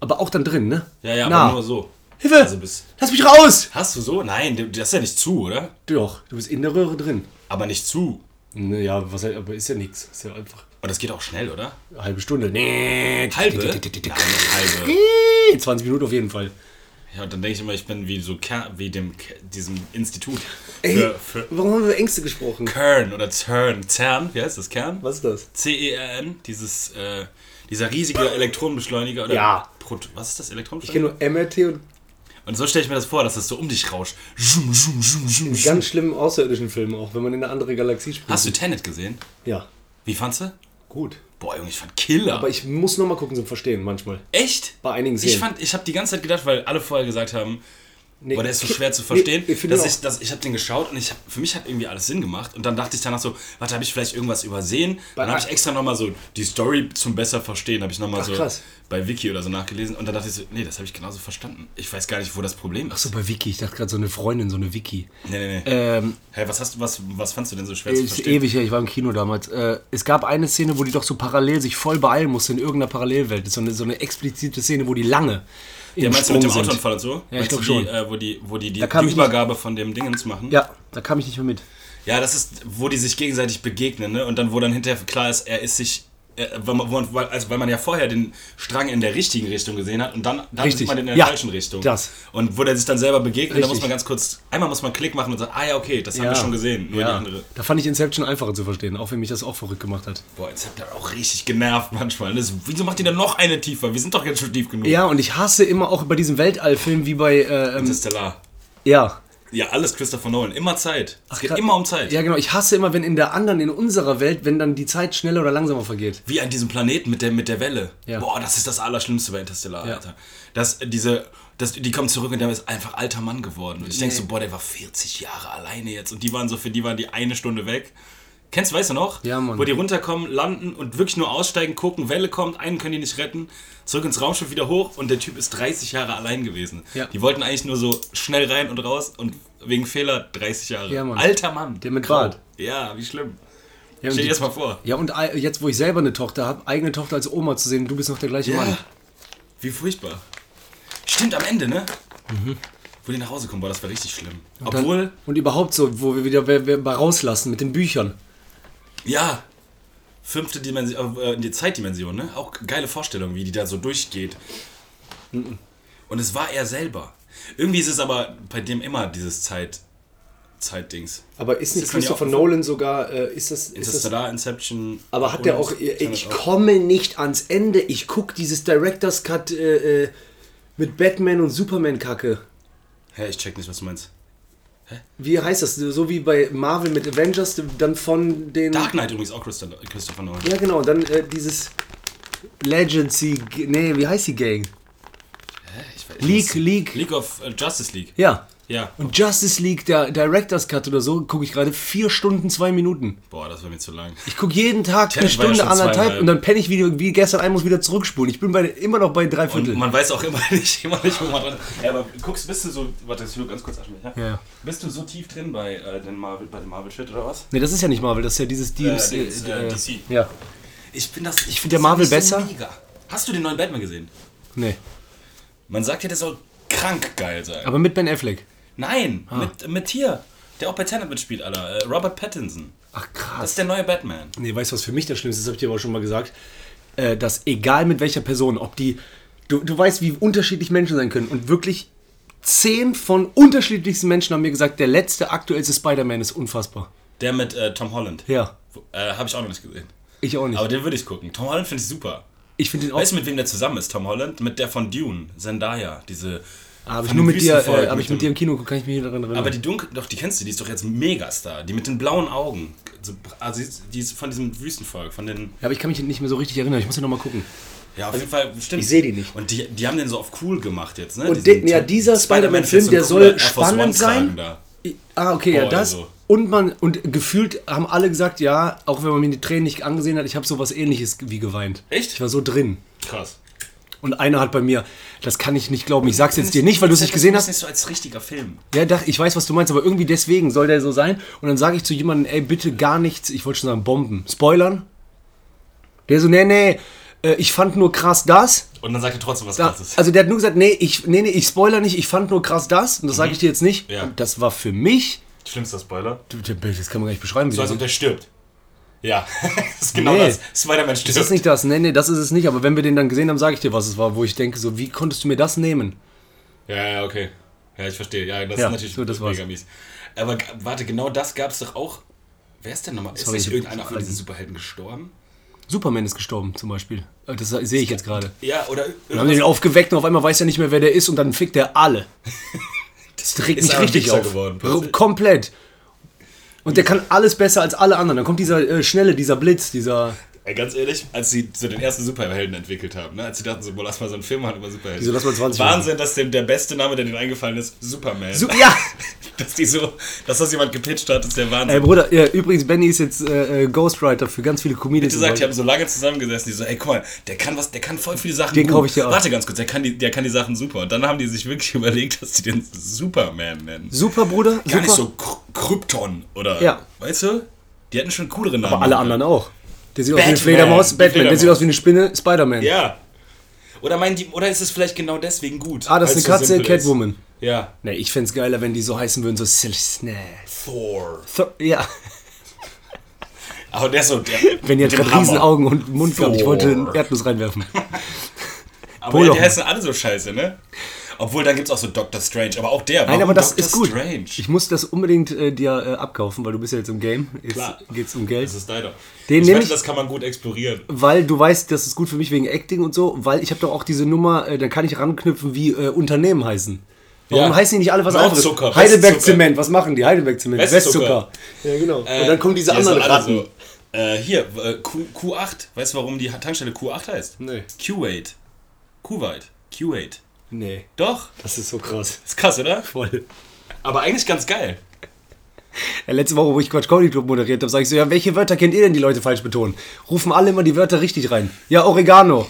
Speaker 2: Aber auch dann drin, ne?
Speaker 1: Ja, ja,
Speaker 2: Na,
Speaker 1: aber nur so.
Speaker 2: Hilfe!
Speaker 1: Also bis-
Speaker 2: Lass mich raus!
Speaker 1: Hast du so? Nein, du- das ist ja nicht zu, oder?
Speaker 2: Doch, du bist in der Röhre drin.
Speaker 1: Aber nicht zu.
Speaker 2: Naja, was, aber ist ja nichts. Ist ja einfach
Speaker 1: Und das geht auch schnell, oder?
Speaker 2: eine halbe Stunde. Nee.
Speaker 1: Halbe? Nein, nicht halbe.
Speaker 2: 20 Minuten auf jeden Fall.
Speaker 1: Ja, und dann denke ich immer, ich bin wie so Ker wie dem Ke- diesem Institut
Speaker 2: Ey,
Speaker 1: für, für
Speaker 2: warum haben wir über Ängste gesprochen?
Speaker 1: Kern oder CERN. CERN, wie heißt das? Kern?
Speaker 2: Was ist das?
Speaker 1: C-E-R-N, dieses, äh, dieser riesige Elektronenbeschleuniger oder
Speaker 2: Ja.
Speaker 1: Prot was ist das,
Speaker 2: Ich kenne
Speaker 1: Elektronenbeschleuniger?
Speaker 2: nur MRT und
Speaker 1: Und so stelle ich mir das vor, dass das so um dich rauscht. Zoom, zoom, zoom, zoom, zoom.
Speaker 2: ganz schlimmen außerirdischen Filmen auch, wenn man in eine andere Galaxie spricht.
Speaker 1: Hast du Tenet gesehen?
Speaker 2: Ja,
Speaker 1: Wie fandst du?
Speaker 2: gut.
Speaker 1: Boah, Junge, ich fand Killer.
Speaker 2: Aber ich muss nochmal gucken zum Verstehen manchmal.
Speaker 1: Echt?
Speaker 2: Bei einigen
Speaker 1: Ich
Speaker 2: Szenen.
Speaker 1: fand, ich habe die ganze Zeit gedacht, weil alle vorher gesagt haben,
Speaker 2: Nee,
Speaker 1: boah, der ist so
Speaker 2: Ki-
Speaker 1: schwer zu verstehen,
Speaker 2: Nee, ich finde
Speaker 1: dass
Speaker 2: auch.
Speaker 1: ich, dass ich habe den geschaut und ich hab, für mich hat irgendwie alles Sinn gemacht und dann dachte ich danach so, warte, habe ich vielleicht irgendwas übersehen?
Speaker 2: Bei
Speaker 1: dann habe
Speaker 2: Ak-
Speaker 1: ich extra nochmal so die Story zum besser verstehen, habe ich nochmal
Speaker 2: Ach,
Speaker 1: so
Speaker 2: krass.
Speaker 1: bei Wiki oder so nachgelesen und dann dachte ich so, nee, das habe ich genauso verstanden. Ich weiß gar nicht, wo das Problem ist.
Speaker 2: Achso, bei Vicky. Ich dachte gerade so eine Freundin, so eine Vicky.
Speaker 1: Nee, nee, nee.
Speaker 2: Ähm,
Speaker 1: Hey, was hast du was was fandst du denn so schwer zu
Speaker 2: Ist
Speaker 1: verstehen?
Speaker 2: ewig her, ich war im Kino damals. Äh, es gab eine Szene, wo die doch so parallel sich voll beeilen musste in irgendeiner Parallelwelt. Das ist so eine, so eine explizite Szene, wo die lange im
Speaker 1: Ja, meinst du mit dem
Speaker 2: Sprung sind.
Speaker 1: Autounfall und so?
Speaker 2: ich
Speaker 1: Meinst du
Speaker 2: glaub
Speaker 1: die,
Speaker 2: schon.
Speaker 1: Äh, wo die, wo die, die,
Speaker 2: Da kam
Speaker 1: die
Speaker 2: ich nicht-
Speaker 1: Übergabe von dem Dingens machen?
Speaker 2: Ja, da kam ich nicht mehr mit.
Speaker 1: Ja, das ist, wo die sich gegenseitig begegnen, ne? Und dann, wo dann hinterher klar ist, er ist sich. er- Weil man, wo man- weil- also weil man ja vorher den Strang in der richtigen Richtung gesehen hat und dann, dann
Speaker 2: Richtig.
Speaker 1: sieht man den in der
Speaker 2: Ja,
Speaker 1: falschen Richtung.
Speaker 2: das.
Speaker 1: Und wo der sich dann selber begegnet, da muss
Speaker 2: Richtig.
Speaker 1: man ganz kurz, einmal muss man einen Klick machen und sagen, ah ja, okay, das haben wir schon gesehen, nur
Speaker 2: ja.
Speaker 1: die andere.
Speaker 2: Da fand ich Inception einfacher zu verstehen, auch wenn mich das auch verrückt gemacht hat.
Speaker 1: Boah, jetzt habt ihr auch richtig genervt manchmal. ne? Das, wieso macht ihr denn noch eine tiefer? Wir sind doch jetzt schon tief genug.
Speaker 2: Ja, und ich hasse immer auch bei diesem Weltallfilm wie bei. Äh, ähm,
Speaker 1: Interstellar.
Speaker 2: ja.
Speaker 1: Ja, alles Christopher Nolan. Immer Zeit. Es geht
Speaker 2: gra-
Speaker 1: immer um Zeit.
Speaker 2: Ja, genau. Ich hasse immer, wenn in der anderen, in unserer Welt, wenn dann die Zeit schneller oder langsamer vergeht.
Speaker 1: Wie an diesem Planeten mit der, mit der Welle.
Speaker 2: Ja.
Speaker 1: Boah, das ist das Allerschlimmste bei Interstellar,
Speaker 2: Ja.
Speaker 1: Alter. Dass diese, dass die kommen zurück und der ist einfach alter Mann geworden. Und ich denk so, boah, der war 40 Jahre alleine jetzt. Und die waren so, für die waren die eine Stunde weg. Kennst du, weißt du noch?
Speaker 2: Ja, Mann.
Speaker 1: Wo die runterkommen, landen und wirklich nur aussteigen, gucken, Welle kommt, einen können die nicht retten, zurück ins Raumschiff wieder hoch und der Typ ist 30 Jahre allein gewesen.
Speaker 2: Ja.
Speaker 1: Die wollten eigentlich nur so schnell rein und raus und wegen Fehler 30 Jahre.
Speaker 2: Ja, Mann.
Speaker 1: Alter Mann.
Speaker 2: Der mit
Speaker 1: Grau.
Speaker 2: Bart.
Speaker 1: Ja, wie schlimm.
Speaker 2: Ja,
Speaker 1: Stell
Speaker 2: und
Speaker 1: dir
Speaker 2: die-
Speaker 1: das mal vor.
Speaker 2: Ja, und ei- jetzt, wo ich selber eine Tochter habe, eigene Tochter als Oma zu sehen, du bist noch der gleiche Mann.
Speaker 1: Wie furchtbar. Stimmt, am Ende, ne? Wo die nach Hause kommen, war das war richtig schlimm.
Speaker 2: Dann-
Speaker 1: Obwohl,
Speaker 2: Mhm. Und überhaupt so, wo wir wieder wer, wer mal rauslassen mit den Büchern.
Speaker 1: ja. Fünfte Dimension, äh, die Zeitdimension, ne? Auch geile Vorstellung, wie die da so durchgeht.
Speaker 2: Mhm.
Speaker 1: Und es war er selber. Irgendwie ist es aber bei dem immer dieses Zeit, Zeitdings.
Speaker 2: Aber ist nicht
Speaker 1: Das kann ja
Speaker 2: Christopher
Speaker 1: auch-
Speaker 2: Nolan sogar, äh, ist das, ist das,
Speaker 1: Interstellar, Inception.
Speaker 2: aber hat der
Speaker 1: und
Speaker 2: auch, äh, ich,
Speaker 1: Tenet auch.
Speaker 2: komme nicht ans Ende, ich guck dieses Director's Cut äh, äh, mit Batman und Superman Kacke.
Speaker 1: Hä, ich check nicht, was du meinst.
Speaker 2: Wie heißt das? So wie bei Marvel mit Avengers, dann von den...
Speaker 1: Dark Knight übrigens auch Christopher Christopher Nolan.
Speaker 2: Ja genau, dann äh, dieses Legacy, nee, wie heißt die Gang?
Speaker 1: Hä? Ich weiß-
Speaker 2: League, League.
Speaker 1: League of äh, Justice League.
Speaker 2: Ja.
Speaker 1: Ja.
Speaker 2: Und Justice League, der Director's Cut oder so, gucke ich gerade vier Stunden, zwei Minuten.
Speaker 1: Boah, das war mir zu lang.
Speaker 2: Ich gucke jeden Tag eine
Speaker 1: Tenet war ja
Speaker 2: Stunde,
Speaker 1: schon
Speaker 2: anderthalb
Speaker 1: zweieinhalb.
Speaker 2: und dann penne ich wie, wie gestern ein, muss wieder zurückspulen. Ich bin bei, immer noch bei drei
Speaker 1: Und
Speaker 2: Viertel.
Speaker 1: man weiß auch immer [laughs] nicht, immer nicht wo man dran ist. Ja, aber guckst, bist du so. Warte, ich will ganz kurz ansprechen. Ja?
Speaker 2: Ja.
Speaker 1: Bist du so tief drin bei, äh, den Marvel, bei dem Marvel-Shit oder was?
Speaker 2: Nee, das ist ja nicht Marvel, das ist ja dieses DMC.
Speaker 1: Äh, Dings, äh, DC.
Speaker 2: Ja,
Speaker 1: Ich bin das. Ich
Speaker 2: find der Marvel besser.
Speaker 1: Mega. Hast du den neuen Batman gesehen?
Speaker 2: nee.
Speaker 1: Man sagt ja, der soll krank geil sein.
Speaker 2: Aber mit Ben Affleck.
Speaker 1: Nein,
Speaker 2: Ah.
Speaker 1: mit, mit hier. Der auch bei Tenet mitspielt, Alter. Äh, Robert Pattinson.
Speaker 2: Ach
Speaker 1: Das
Speaker 2: krass.
Speaker 1: ist der neue Batman.
Speaker 2: Nee, weißt du, was für mich das Schlimmste ist? Das habe ich dir aber auch schon mal gesagt. Äh, dass egal mit welcher Person, ob die. Du, du weißt, wie unterschiedlich Menschen sein können. Und wirklich zehn von unterschiedlichsten Menschen haben mir gesagt, der letzte aktuellste Spider-Man ist unfassbar.
Speaker 1: Der mit äh, Tom Holland.
Speaker 2: Ja,
Speaker 1: Äh, Habe ich auch noch nicht gesehen.
Speaker 2: ich auch nicht.
Speaker 1: Aber den würde ich gucken. Tom Holland finde ich super.
Speaker 2: ich finde den auch.
Speaker 1: Weißt du, mit wem der zusammen ist, Tom Holland? Mit der von Dune, Zendaya. Diese
Speaker 2: Habe ich nur mit dir, äh, hab ich mit dir im Kino geguckt, kann ich mich daran erinnern.
Speaker 1: Aber die dunkel, doch, die kennst du, die ist doch jetzt ein Megastar. Die mit den blauen Augen. So, Also, die ist- die ist von diesem Wüstenvolk, von den.
Speaker 2: Ja, aber ich kann mich nicht mehr so richtig erinnern, ich muss ja nochmal gucken.
Speaker 1: Ja, auf jeden Fall, stimmt.
Speaker 2: Also ich seh die nicht.
Speaker 1: Und die, die haben den so auf cool gemacht jetzt, ne?
Speaker 2: Und
Speaker 1: Diesen
Speaker 2: den- ja,
Speaker 1: Typ-
Speaker 2: dieser
Speaker 1: Spider-Man ist
Speaker 2: Spider-Man-Film,
Speaker 1: jetzt
Speaker 2: der
Speaker 1: so ein cooler
Speaker 2: soll
Speaker 1: Air Force
Speaker 2: spannend
Speaker 1: One-Tragen
Speaker 2: sein.
Speaker 1: Da.
Speaker 2: Ah, okay, ja,
Speaker 1: Boah,
Speaker 2: das.
Speaker 1: also.
Speaker 2: Und man, und gefühlt haben alle gesagt, ja, auch wenn man mir die Tränen nicht angesehen hat, ich habe sowas ähnliches wie geweint.
Speaker 1: Echt?
Speaker 2: Ich war so drin.
Speaker 1: Krass.
Speaker 2: Und einer hat bei mir, das kann ich nicht glauben, ich sag's jetzt dir nicht, weil du es nicht gesehen
Speaker 1: Das ist
Speaker 2: hast.
Speaker 1: nicht so als richtiger Film.
Speaker 2: Ja, doch, ich weiß, was du meinst, aber irgendwie deswegen soll der so sein. Und dann sage ich zu jemandem, ey, bitte gar nichts, ich wollte schon sagen, Bomben. Spoilern? Der so, nee, nee, äh, ich fand nur krass das.
Speaker 1: Und dann sagt er trotzdem was
Speaker 2: Da,
Speaker 1: Krasses.
Speaker 2: also der hat nur gesagt, nee, ich, nee, nee, ich spoiler nicht, ich fand nur krass das. Und das sage ich dir jetzt nicht.
Speaker 1: Mhm. Ja.
Speaker 2: Und Das war für mich,
Speaker 1: Schlimmster Spoiler.
Speaker 2: Du, der Bild, das kann man gar nicht beschreiben. Wie
Speaker 1: So als
Speaker 2: das
Speaker 1: ob
Speaker 2: ist.
Speaker 1: der stirbt. Ja, [laughs] das ist genau
Speaker 2: Nee.
Speaker 1: das. Spider-Man stirbt.
Speaker 2: Ist das nicht das? Nee, nee, das ist es nicht. Aber wenn wir den dann gesehen haben, sage ich dir, was es war, wo ich denke, so, wie konntest du mir das nehmen?
Speaker 1: Ja, ja, okay. Ja, ich verstehe. Ja, das
Speaker 2: Ja,
Speaker 1: ist natürlich
Speaker 2: so, das
Speaker 1: mega
Speaker 2: war's.
Speaker 1: mies. Aber g- warte, genau das gab es doch auch. Wer ist denn nochmal? Ist
Speaker 2: Sorry,
Speaker 1: nicht
Speaker 2: ich-
Speaker 1: irgendeiner von diesen Superhelden gestorben?
Speaker 2: Superman ist gestorben, zum Beispiel. Äh, Das sehe ich jetzt gerade.
Speaker 1: Ja, oder
Speaker 2: Dann haben die
Speaker 1: irgendwas
Speaker 2: den aufgeweckt und auf einmal weiß er nicht mehr, wer der ist und dann fickt
Speaker 1: [laughs]
Speaker 2: er alle. Das regt
Speaker 1: Ist
Speaker 2: mich
Speaker 1: aber
Speaker 2: richtig
Speaker 1: Wichser
Speaker 2: auf.
Speaker 1: geworden,
Speaker 2: R-
Speaker 1: plötzlich.
Speaker 2: Komplett. Und der kann alles besser als alle anderen. Dann kommt dieser äh, Schnelle, dieser Blitz, dieser.
Speaker 1: Ey, ganz ehrlich, als sie so den ersten Superhelden entwickelt haben, ne? als sie dachten, so, boah, lass mal so einen Film machen über Superhelden.
Speaker 2: Wieso, lass mal 20 machen.
Speaker 1: Wahnsinn, dass dem der beste Name, der denen eingefallen ist, Superman.
Speaker 2: Su ja!
Speaker 1: [laughs] dass die so, dass das jemand gepitcht hat, ist der Wahnsinn.
Speaker 2: Ey, Bruder, ja, übrigens, Benny ist jetzt äh, äh, Ghostwriter für ganz viele Comedians.
Speaker 1: Wie gesagt, die
Speaker 2: und
Speaker 1: haben so lange zusammengesessen, die so, ey, guck mal, der kann was, der kann voll viele Sachen.
Speaker 2: Den
Speaker 1: gut.
Speaker 2: kauf ich dir auch.
Speaker 1: Warte ganz kurz, der kann, die, der kann die Sachen super. Und dann haben die sich wirklich [laughs] überlegt, dass sie den Superman nennen.
Speaker 2: so. Super, Bruder.
Speaker 1: Gar
Speaker 2: super.
Speaker 1: nicht so Kry- Krypton oder.
Speaker 2: Ja.
Speaker 1: Weißt du? Die hatten schon coolere Namen.
Speaker 2: Aber alle anderen auch. Der sieht aus wie eine
Speaker 1: ne? Batman.
Speaker 2: Fledermaus.
Speaker 1: Die
Speaker 2: Batman. Der
Speaker 1: Fledermaus.
Speaker 2: sieht aus wie eine Spinne. Spider-Man.
Speaker 1: Ja. Oder, meinen die, oder ist es vielleicht genau deswegen gut?
Speaker 2: Ah, das
Speaker 1: weil's
Speaker 2: ist eine
Speaker 1: so
Speaker 2: Katze,
Speaker 1: simpel ist.
Speaker 2: Catwoman.
Speaker 1: Ja.
Speaker 2: Ne, ich fänd's geiler, wenn die so heißen würden, so Silly Snack.
Speaker 1: Thor.
Speaker 2: Thor- Ja,
Speaker 1: Aber der ist so. Der,
Speaker 2: [laughs] wenn die
Speaker 1: mit
Speaker 2: jetzt
Speaker 1: dem
Speaker 2: gerade riesen
Speaker 1: Hammer.
Speaker 2: Augen und Mund gehabt. Ich wollte
Speaker 1: Thor.
Speaker 2: einen
Speaker 1: [laughs]
Speaker 2: Erdnuss reinwerfen.
Speaker 1: Aber ja, die
Speaker 2: Polochen.
Speaker 1: heißen alle so scheiße, ne? Obwohl, dann gibt's auch so Doctor Strange. Aber auch der.
Speaker 2: Nein,
Speaker 1: warum
Speaker 2: aber das
Speaker 1: Doctor
Speaker 2: ist gut.
Speaker 1: Strange?
Speaker 2: Ich muss das unbedingt äh, dir äh, abkaufen, weil du bist ja jetzt im Game. Jetzt
Speaker 1: Klar.
Speaker 2: geht's um Geld.
Speaker 1: Das ist leider.
Speaker 2: Den
Speaker 1: ich
Speaker 2: nehm
Speaker 1: wette,
Speaker 2: ich-
Speaker 1: das kann man gut explorieren.
Speaker 2: Weil du weißt, das ist gut für mich wegen Acting und so, weil ich habe doch auch diese Nummer, äh, dann kann ich ranknüpfen, wie äh, Unternehmen heißen. Warum
Speaker 1: Ja.
Speaker 2: heißen die nicht alle was anderes?
Speaker 1: Nordzucker,
Speaker 2: Heidelberg
Speaker 1: Westzucker.
Speaker 2: Zement, was machen die? Heidelberg Zement,
Speaker 1: Westzucker.
Speaker 2: Westzucker. Ja, genau. und dann kommen diese
Speaker 1: Äh,
Speaker 2: anderen
Speaker 1: hier ist alles
Speaker 2: Ratten.
Speaker 1: So, äh, hier, äh, Q, Q8. Weißt du, warum die Tankstelle Q8 heißt?
Speaker 2: Nee.
Speaker 1: Kuwait. Kuwait. Kuwait.
Speaker 2: Nee,
Speaker 1: Doch.
Speaker 2: das ist so krass.
Speaker 1: Ist krass, oder?
Speaker 2: Voll.
Speaker 1: Aber eigentlich ganz geil.
Speaker 2: Ja, letzte Woche, wo ich Quatsch Comedy Club moderiert habe, sage ich so, ja, welche Wörter kennt ihr denn, die Leute falsch betonen? Rufen alle immer die Wörter richtig rein. Ja, Oregano.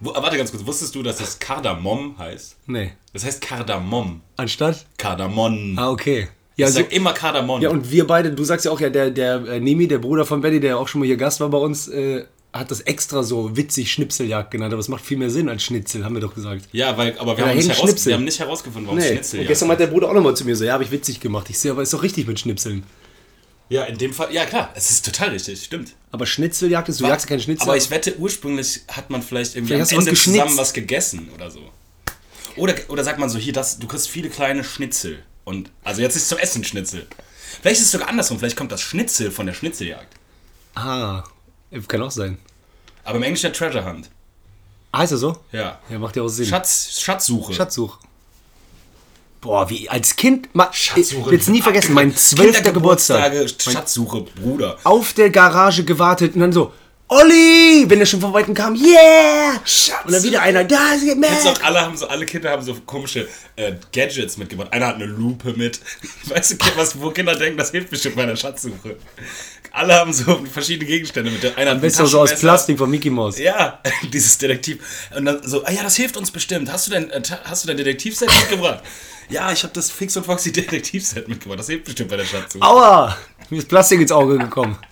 Speaker 1: Wo, ah, warte ganz kurz. Wusstest du, dass das Kardamom heißt?
Speaker 2: Nee.
Speaker 1: Das heißt Kardamom.
Speaker 2: Anstatt?
Speaker 1: Kardamon.
Speaker 2: Ah, okay. Ja,
Speaker 1: ich
Speaker 2: so,
Speaker 1: sag immer Kardamon.
Speaker 2: ja, und wir beide, du sagst ja auch, ja, der, der äh, Nemi, der Bruder von Benny, der ja auch schon mal hier Gast war bei uns, äh, hat das extra so witzig Schnipseljagd genannt, aber es macht viel mehr Sinn als Schnitzel, haben wir doch gesagt.
Speaker 1: ja weil, aber wir
Speaker 2: Ja,
Speaker 1: haben, nicht
Speaker 2: hängen
Speaker 1: heraus,
Speaker 2: Schnipsel.
Speaker 1: wir haben nicht herausgefunden, warum Schnitzel
Speaker 2: und
Speaker 1: ja.
Speaker 2: gestern hat der Bruder auch nochmal zu mir so, ja, habe ich witzig gemacht. Ich sehe, aber ist doch richtig mit Schnipseln.
Speaker 1: Ja, in dem Fall. Ja, klar. Es ist total richtig. Stimmt.
Speaker 2: Aber Schnitzeljagd ist, du jagst ja keinen Schnitzel.
Speaker 1: Aber ich wette, ursprünglich hat man vielleicht irgendwie
Speaker 2: Vielleicht hast du
Speaker 1: am
Speaker 2: was
Speaker 1: Ende zusammen
Speaker 2: geschnitzt.
Speaker 1: was gegessen oder so. Oder, oder sagt man so, hier, das, du kriegst viele kleine Schnitzel. Und, also jetzt ist zum Essen Schnitzel. Vielleicht ist es sogar andersrum, vielleicht kommt das Schnitzel von der Schnitzeljagd.
Speaker 2: ah, kann auch sein.
Speaker 1: Aber im Englischen der Treasure Hunt.
Speaker 2: Ah, ist das so?
Speaker 1: Ja.
Speaker 2: Ja, macht ja auch Sinn.
Speaker 1: Schatz, Schatzsuche.
Speaker 2: Schatzsuch. Boah, wie als Kind. Ma,
Speaker 1: Schatzsuche.
Speaker 2: ich will's nie vergessen, mein zwölfter Geburtstag.
Speaker 1: Kindergeburtstage, Schatzsuche, Bruder.
Speaker 2: Auf der Garage gewartet und dann so, Olli! Wenn er schon von Weitem kam, yeah! Und dann wieder einer, da ist er,
Speaker 1: Jetzt
Speaker 2: Mac!
Speaker 1: auch alle haben so, alle Kinder haben so komische äh, Gadgets mitgebracht. Einer hat eine Lupe mit. [laughs] Weißt du, was, wo Kinder denken, das hilft bestimmt bei einer Schatzsuche. Alle haben so verschiedene Gegenstände mit. Einer hat ein
Speaker 2: Besser so aus
Speaker 1: Taschenmesser.
Speaker 2: Plastik von Mickey Mouse.
Speaker 1: Ja, [laughs] dieses Detektiv. Und dann so, ah ja, das hilft uns bestimmt. Hast du dein, äh, Ta- hast du dein Detektivset mitgebracht? ja, ich habe das Fix und Foxy Detektivset mitgebracht. Das hilft bestimmt bei der Schatzsuche.
Speaker 2: Aua! Mir ist Plastik ins Auge gekommen.
Speaker 1: [laughs]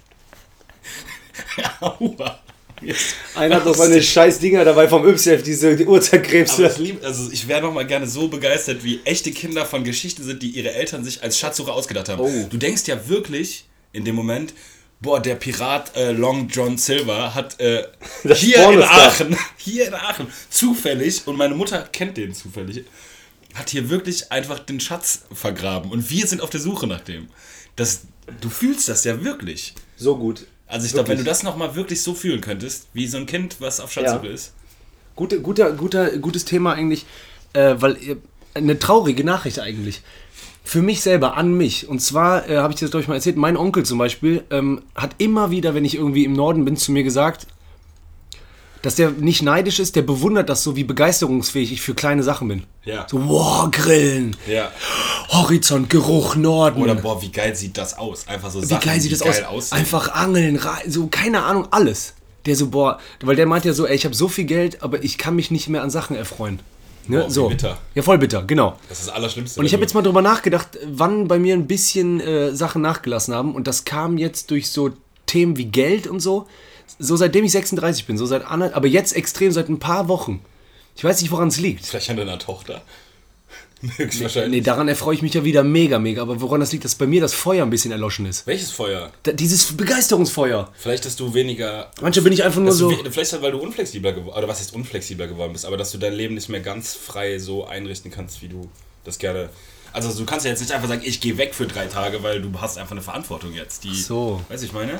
Speaker 1: Aua. Jetzt-
Speaker 2: Einer hat noch seine scheiß Dinger dabei vom YF, diese
Speaker 1: Aber ich
Speaker 2: Uhrzeitkrebs.
Speaker 1: lieb, also ich wäre noch mal gerne so begeistert, wie echte Kinder von Geschichten sind, die ihre Eltern sich als Schatzsucher ausgedacht haben.
Speaker 2: Oh.
Speaker 1: Du denkst ja wirklich in dem Moment, boah, der Pirat äh, Long John Silver hat äh,
Speaker 2: [laughs] Das
Speaker 1: hier
Speaker 2: Porno
Speaker 1: in
Speaker 2: ist da.
Speaker 1: Aachen, [laughs] hier in Aachen, zufällig, und meine Mutter kennt den zufällig, hat hier wirklich einfach den Schatz vergraben. Und wir sind auf der Suche nach dem. Das, du fühlst das ja wirklich.
Speaker 2: So gut.
Speaker 1: Also ich glaube, wenn
Speaker 2: Wirklich.
Speaker 1: du das noch mal wirklich so fühlen könntest, wie so ein Kind, was auf Schatzsuche
Speaker 2: Ja.
Speaker 1: ist.
Speaker 2: Gute, guter, guter, gutes Thema eigentlich. äh, weil eine traurige Nachricht eigentlich. Für mich selber, an mich. Und zwar äh, habe ich das, glaube ich, mal erzählt. Mein Onkel zum Beispiel ähm, hat immer wieder, wenn ich irgendwie im Norden bin, zu mir gesagt, dass der nicht neidisch ist, der bewundert das so, wie begeisterungsfähig ich für kleine Sachen bin.
Speaker 1: Ja.
Speaker 2: So, wow, Grillen.
Speaker 1: Ja.
Speaker 2: Horizont, Geruch, Norden.
Speaker 1: Oder boah, wie geil sieht das aus? Einfach so
Speaker 2: wie geil sieht das aus? Einfach angeln, Ra- so keine Ahnung, alles. Der so, boah, weil der meint ja so, ey, ich habe so viel Geld, aber ich kann mich nicht mehr an Sachen erfreuen. Ne?
Speaker 1: Boah, wie
Speaker 2: so.
Speaker 1: bitter.
Speaker 2: Ja, voll bitter, genau.
Speaker 1: Das ist das Allerschlimmste.
Speaker 2: Und ich
Speaker 1: wenn
Speaker 2: habe jetzt mal drüber nachgedacht, wann bei mir ein bisschen äh, Sachen nachgelassen haben. Und das kam jetzt durch so Themen wie Geld und so. So seitdem ich 36 bin, so seit anderthalb, aber jetzt extrem seit ein paar Wochen. Ich weiß nicht, woran es
Speaker 1: du-
Speaker 2: liegt.
Speaker 1: Vielleicht an deiner Tochter. [laughs]
Speaker 2: Nee,
Speaker 1: Höchstwahrscheinlich.
Speaker 2: daran erfreue ich mich ja wieder mega, mega. Aber woran das liegt, dass bei mir das Feuer ein bisschen erloschen ist.
Speaker 1: Welches Feuer?
Speaker 2: Da, dieses Begeisterungsfeuer.
Speaker 1: Vielleicht, dass du weniger.
Speaker 2: Manchmal bin ich einfach nur
Speaker 1: Dass
Speaker 2: so.
Speaker 1: du, we- vielleicht, halt, weil du unflexibler geworden Oder was heißt unflexibler geworden bist, aber dass du dein Leben nicht mehr ganz frei so einrichten kannst, wie du das gerne. Also, du kannst ja jetzt nicht einfach sagen, ich gehe weg für drei Tage, weil du hast einfach eine Verantwortung jetzt. Die,
Speaker 2: so.
Speaker 1: Weißt du, ich meine?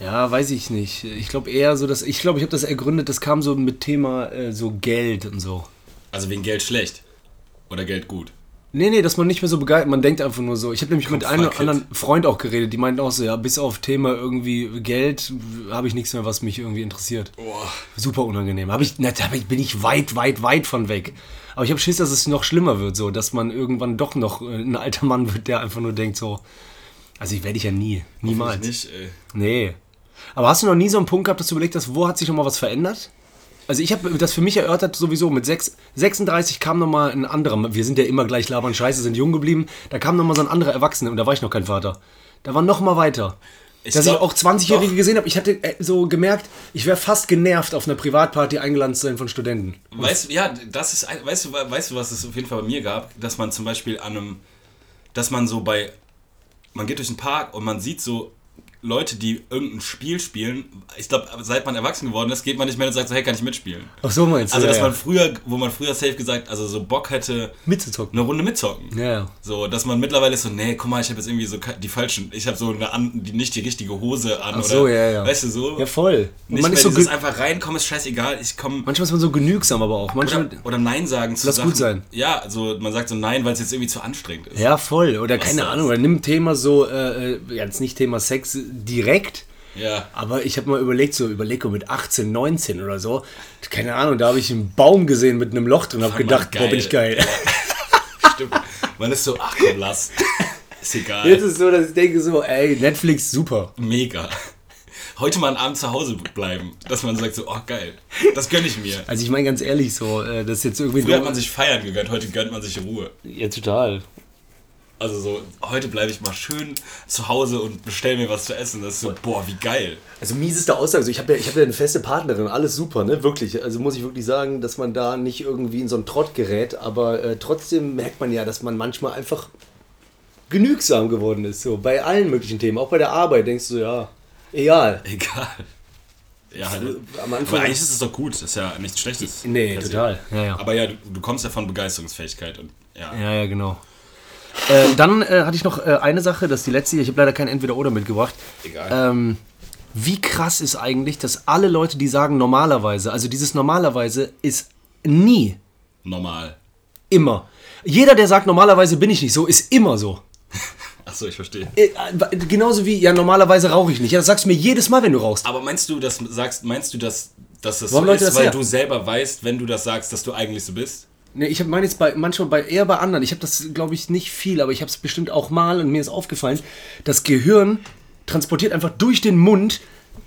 Speaker 2: Ja, weiß ich nicht. Ich glaube eher so, dass. Ich glaube, ich habe das ergründet, das kam so mit Thema äh, so Geld und so.
Speaker 1: Also wegen Geld schlecht. Oder Geld gut.
Speaker 2: Nee, nee, dass man nicht mehr so begeistert, man denkt einfach nur so. Ich habe nämlich mit einem oder
Speaker 1: fuck it.
Speaker 2: anderen Freund auch geredet, die meinten auch so, ja, bis auf Thema irgendwie Geld w- habe ich nichts mehr, was mich irgendwie interessiert.
Speaker 1: Boah.
Speaker 2: Super unangenehm. Hab ich, na, da bin ich- bin ich weit, weit, weit von weg. Aber ich habe Schiss, dass es noch schlimmer wird, so, dass man irgendwann doch noch äh, ein alter Mann wird, der einfach nur denkt so, also ich werde ich ja nie, niemals.
Speaker 1: Nicht, ey.
Speaker 2: Nee. Aber hast du noch nie so einen Punkt gehabt, dass du überlegt hast, wo hat sich nochmal was verändert? Also ich habe das für mich erörtert sowieso, mit sechs- 36 kam nochmal ein anderer, wir sind ja immer gleich labern scheiße, sind jung geblieben, da kam nochmal so ein anderer Erwachsener und da war ich noch kein Vater. Da war nochmal weiter.
Speaker 1: Ich
Speaker 2: dass
Speaker 1: glaub-
Speaker 2: ich auch 20-Jährige gesehen habe, ich hatte äh, so gemerkt, ich wäre fast genervt, auf einer Privatparty eingeladen zu sein von Studenten.
Speaker 1: Weißt du, ja, das ist, ein- weißt du, we- weißt du, was es auf jeden Fall bei mir gab? Dass man zum Beispiel an einem, dass man so bei, man geht durch den Park und man sieht so Leute, die irgendein Spiel spielen. Ich glaube, seit man erwachsen geworden ist, geht man nicht mehr und sagt so, hey, kann ich mitspielen?
Speaker 2: Ach so meinst du?
Speaker 1: Also,
Speaker 2: ja,
Speaker 1: dass
Speaker 2: ja.
Speaker 1: man früher, wo man früher safe gesagt, also so Bock hätte,
Speaker 2: mitzuzocken.
Speaker 1: eine Runde mitzocken.
Speaker 2: Ja, ja.
Speaker 1: So, dass man mittlerweile so, nee, guck mal, ich habe jetzt irgendwie so ke- die falschen, ich habe so eine an, die nicht die richtige Hose an
Speaker 2: Ach so,
Speaker 1: oder,
Speaker 2: ja, ja.
Speaker 1: weißt du so,
Speaker 2: Ja, voll. Und
Speaker 1: nicht
Speaker 2: man
Speaker 1: mehr
Speaker 2: ist so
Speaker 1: dieses
Speaker 2: ge-
Speaker 1: einfach reinkommen ist scheißegal, ich komme
Speaker 2: manchmal ist man so genügsam aber auch. Manchmal,
Speaker 1: oder, oder Nein sagen zu
Speaker 2: Lass
Speaker 1: Sachen.
Speaker 2: gut sein.
Speaker 1: Ja, also man sagt so Nein, weil es jetzt irgendwie zu anstrengend ist.
Speaker 2: Ja, voll. Oder keine
Speaker 1: das?
Speaker 2: Ahnung. Oder nimm Thema so, äh, äh, jetzt nicht Thema Sex direkt.
Speaker 1: Ja.
Speaker 2: Aber ich habe mal überlegt, so überlege mit 18, 19 oder so. Keine Ahnung, da habe ich einen Baum gesehen mit einem Loch drin und habe
Speaker 1: Fand man
Speaker 2: gedacht, boah, bin ich
Speaker 1: geil.
Speaker 2: geil.
Speaker 1: [laughs] Stimmt. Man ist so, ach komm, lass. [laughs] Ist egal.
Speaker 2: Jetzt ist so, dass ich denke so, ey, Netflix, super.
Speaker 1: Mega. Heute mal einen Abend zu Hause bleiben, dass man sagt so, oh geil, das gönne ich mir.
Speaker 2: Also ich meine ganz ehrlich so, äh, das ist jetzt irgendwie...
Speaker 1: Früher hat man sich feiern gegönnt, heute gönnt man sich Ruhe.
Speaker 2: ja, total.
Speaker 1: Also so, heute bleibe ich mal schön zu Hause und bestell mir was zu essen. Das ist so, boah, wie geil.
Speaker 2: Also mieseste Aussage. Also ich habe ja, ich hab ja eine feste Partnerin, alles super, ne? Wirklich. Also muss ich wirklich sagen, dass man da nicht irgendwie in so einen Trott gerät, aber äh, trotzdem merkt man ja, dass man manchmal einfach genügsam geworden ist. So bei allen möglichen Themen, auch bei der Arbeit denkst du, ja, egal.
Speaker 1: Egal. Ja, ne?
Speaker 2: Am Anfang-
Speaker 1: aber eigentlich ist es doch gut, das ist ja nichts Schlechtes.
Speaker 2: Nee,
Speaker 1: Also,
Speaker 2: total. Ja, ja.
Speaker 1: Aber ja, du, du kommst ja von Begeisterungsfähigkeit und ja.
Speaker 2: Ja, ja, genau. Äh, dann äh, hatte ich noch äh, eine Sache, das ist die letzte hier. Ich habe leider kein Entweder-Oder mitgebracht.
Speaker 1: Egal.
Speaker 2: Ähm, wie krass ist eigentlich, dass alle Leute, die sagen normalerweise, also dieses normalerweise ist nie
Speaker 1: Normal.
Speaker 2: Immer. Jeder, der sagt, normalerweise bin ich nicht so, ist immer so.
Speaker 1: Achso, ich verstehe.
Speaker 2: Äh, äh, Genauso wie, ja, normalerweise rauche ich nicht. Ja, das sagst du mir jedes Mal, wenn du rauchst.
Speaker 1: Aber meinst du, dass sagst, meinst du, dass, dass das
Speaker 2: Warum
Speaker 1: so
Speaker 2: Leute
Speaker 1: ist,
Speaker 2: das
Speaker 1: weil
Speaker 2: her?
Speaker 1: du selber weißt, wenn du das sagst, dass du eigentlich so bist?
Speaker 2: Nee, ich hab- meine jetzt bei, manchmal bei, eher bei anderen. Ich habe das, glaube ich, nicht viel, aber ich habe es bestimmt auch mal und mir ist aufgefallen, das Gehirn transportiert einfach durch den Mund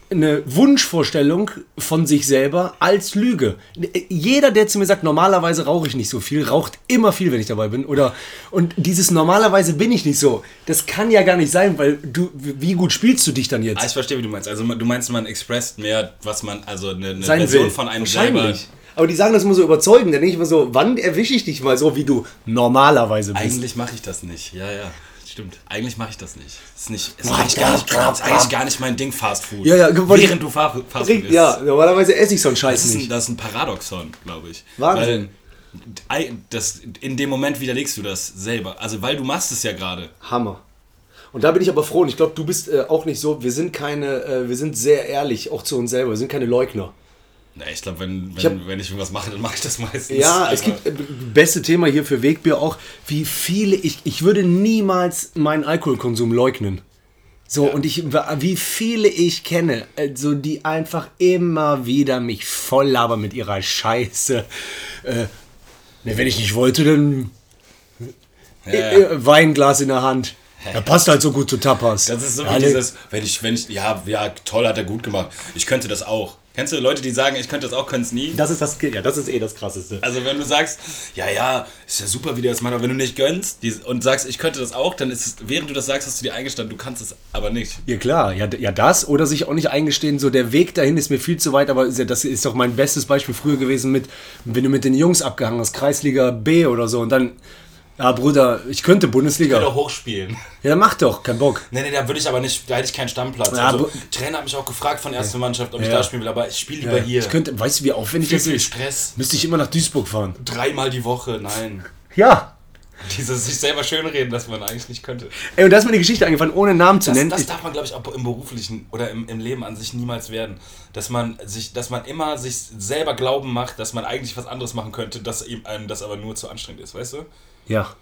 Speaker 2: eine Wunschvorstellung von sich selber als Lüge. Äh, Jeder, der zu mir sagt, normalerweise rauche ich nicht so viel, raucht immer viel, wenn ich dabei bin. Oder und dieses normalerweise bin ich nicht so, das kann ja gar nicht sein, weil du, wie gut spielst du dich dann jetzt?
Speaker 1: Ah, ich verstehe, wie du meinst. Also du meinst, man expresst mehr, was man, also eine, eine
Speaker 2: sein
Speaker 1: Version
Speaker 2: will.
Speaker 1: von einem selber.
Speaker 2: Wahrscheinlich. Aber die sagen das immer so überzeugend. Dann denke ich immer so, wann erwische ich dich mal so, wie du normalerweise bist?
Speaker 1: Eigentlich mache ich das nicht. Ja, ja. Stimmt. Eigentlich mache ich das nicht. Ist nicht, ist
Speaker 2: Boah,
Speaker 1: eigentlich, gar nicht,
Speaker 2: boah, boah,
Speaker 1: ist eigentlich gar nicht mein Ding, Fast Food.
Speaker 2: Ja, ja, wollte ich-
Speaker 1: Während du Fa- Fast Food
Speaker 2: Richtig,
Speaker 1: isst.
Speaker 2: ja, normalerweise esse ich so einen Scheiß
Speaker 1: Das ist ein,
Speaker 2: nicht.
Speaker 1: das ist ein Paradoxon, glaube ich.
Speaker 2: Wahnsinn.
Speaker 1: Weil, ei- das, in dem Moment widerlegst du das selber. Also, weil du machst es ja gerade.
Speaker 2: Hammer. Und da bin ich aber froh und ich glaube, du bist äh, auch nicht so, wir sind keine, äh, wir sind sehr ehrlich, auch zu uns selber, wir sind keine Leugner.
Speaker 1: Na, ich glaube, wenn, wenn,
Speaker 2: Ich hab-
Speaker 1: wenn ich irgendwas mache, dann mache ich das meistens.
Speaker 2: Ja, es
Speaker 1: Aber-
Speaker 2: gibt äh, beste Thema hier für Wegbier auch, wie viele ich ich würde niemals meinen Alkoholkonsum leugnen. So und ich wie viele ich kenne, äh, so die einfach immer wieder mich voll labern mit ihrer Scheiße. Äh, ne, wenn ich nicht wollte, dann äh,
Speaker 1: Ja.
Speaker 2: äh, Weinglas in der Hand. Ja, passt halt so gut zu Tapas.
Speaker 1: Das ist so wie
Speaker 2: ja, ne,
Speaker 1: dieses, wenn ich, wenn ich, ja, ja, toll, hat er gut gemacht. Ich könnte das auch. Kennst du Leute, die sagen, ich könnte das auch, können es nie?
Speaker 2: das ist das ja, das ist eh das krasseste.
Speaker 1: Also wenn du sagst, ja, ja, ist ja super, wie der das macht, aber wenn du nicht gönnst dies- und sagst, ich könnte das auch, dann ist es, während du das sagst, hast du dir eingestanden, du kannst es aber nicht.
Speaker 2: Ja klar, ja, d- ja das oder sich auch nicht eingestehen, so der Weg dahin ist mir viel zu weit, aber ist ja- das ist doch mein bestes Beispiel früher gewesen mit, wenn du mit den Jungs abgehangen hast, Kreisliga B oder so und dann, ja Bruder, ich könnte Bundesliga.
Speaker 1: Oder hochspielen.
Speaker 2: ja, mach doch, kein Bock.
Speaker 1: Nee, nee, da würde ich aber nicht, da hätte ich keinen Stammplatz.
Speaker 2: Ja,
Speaker 1: also,
Speaker 2: aber-
Speaker 1: Trainer hat mich auch gefragt von erster Mannschaft, ob ich
Speaker 2: Ja.
Speaker 1: da spielen will, aber ich spiele lieber
Speaker 2: Ja,
Speaker 1: hier.
Speaker 2: Ich könnte, weißt du wie aufwendig
Speaker 1: Viel,
Speaker 2: das
Speaker 1: viel
Speaker 2: ist?
Speaker 1: Stress.
Speaker 2: Müsste ich immer nach Duisburg fahren.
Speaker 1: Dreimal die Woche,
Speaker 2: [laughs]
Speaker 1: nein.
Speaker 2: Ja.
Speaker 1: Dieses sich selber schönreden, dass man eigentlich nicht könnte.
Speaker 2: Ey, und da ist mir die Geschichte eingefallen, ohne Namen zu
Speaker 1: Das,
Speaker 2: nennen.
Speaker 1: das
Speaker 2: Ich-
Speaker 1: darf man, glaube ich, auch im beruflichen oder im, im Leben an sich niemals werden. Dass man sich, dass man immer sich selber glauben macht, dass man eigentlich was anderes machen könnte, dass ihm einem das aber nur zu anstrengend ist, weißt du?
Speaker 2: ja.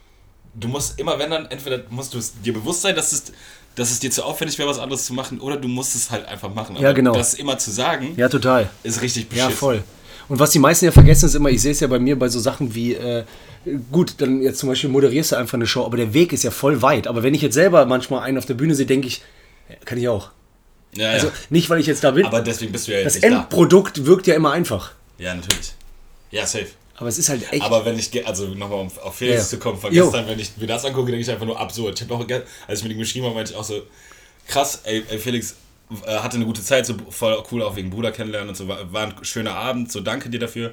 Speaker 1: Du musst immer, wenn dann, entweder musst du es dir bewusst sein, dass es, dass es dir zu aufwendig wäre, was anderes zu machen, oder du musst es halt einfach machen.
Speaker 2: Ja, genau.
Speaker 1: Das immer zu sagen,
Speaker 2: Ja, total.
Speaker 1: ist richtig
Speaker 2: Ja,
Speaker 1: beschissen.
Speaker 2: voll. Und was die meisten ja vergessen, ist immer, ich sehe es ja bei mir bei so Sachen wie, äh, gut, dann jetzt zum Beispiel moderierst du einfach eine Show, aber der Weg ist ja voll weit. Aber wenn ich jetzt selber manchmal einen auf der Bühne sehe, denke ich, äh, kann ich auch. [laughs]
Speaker 1: Ja,
Speaker 2: Also
Speaker 1: ja.
Speaker 2: nicht, weil ich jetzt da bin.
Speaker 1: Aber deswegen bist du ja jetzt
Speaker 2: das
Speaker 1: nicht da.
Speaker 2: Endprodukt wirkt ja immer einfach.
Speaker 1: Ja, natürlich. Ja, safe.
Speaker 2: Aber es ist halt echt.
Speaker 1: Aber wenn ich, ge- also nochmal um auf Felix
Speaker 2: Ja, ja.
Speaker 1: zu kommen, von
Speaker 2: Jo.
Speaker 1: gestern, wenn ich mir das angucke, denke ich einfach nur absurd. Ich habe auch, ge- als ich mit ihm geschrieben habe, meinte ich auch so, krass, ey, ey Felix äh, hatte eine gute Zeit, so voll cool auch wegen Bruder kennenlernen und so, war, war ein schöner Abend, so danke dir dafür.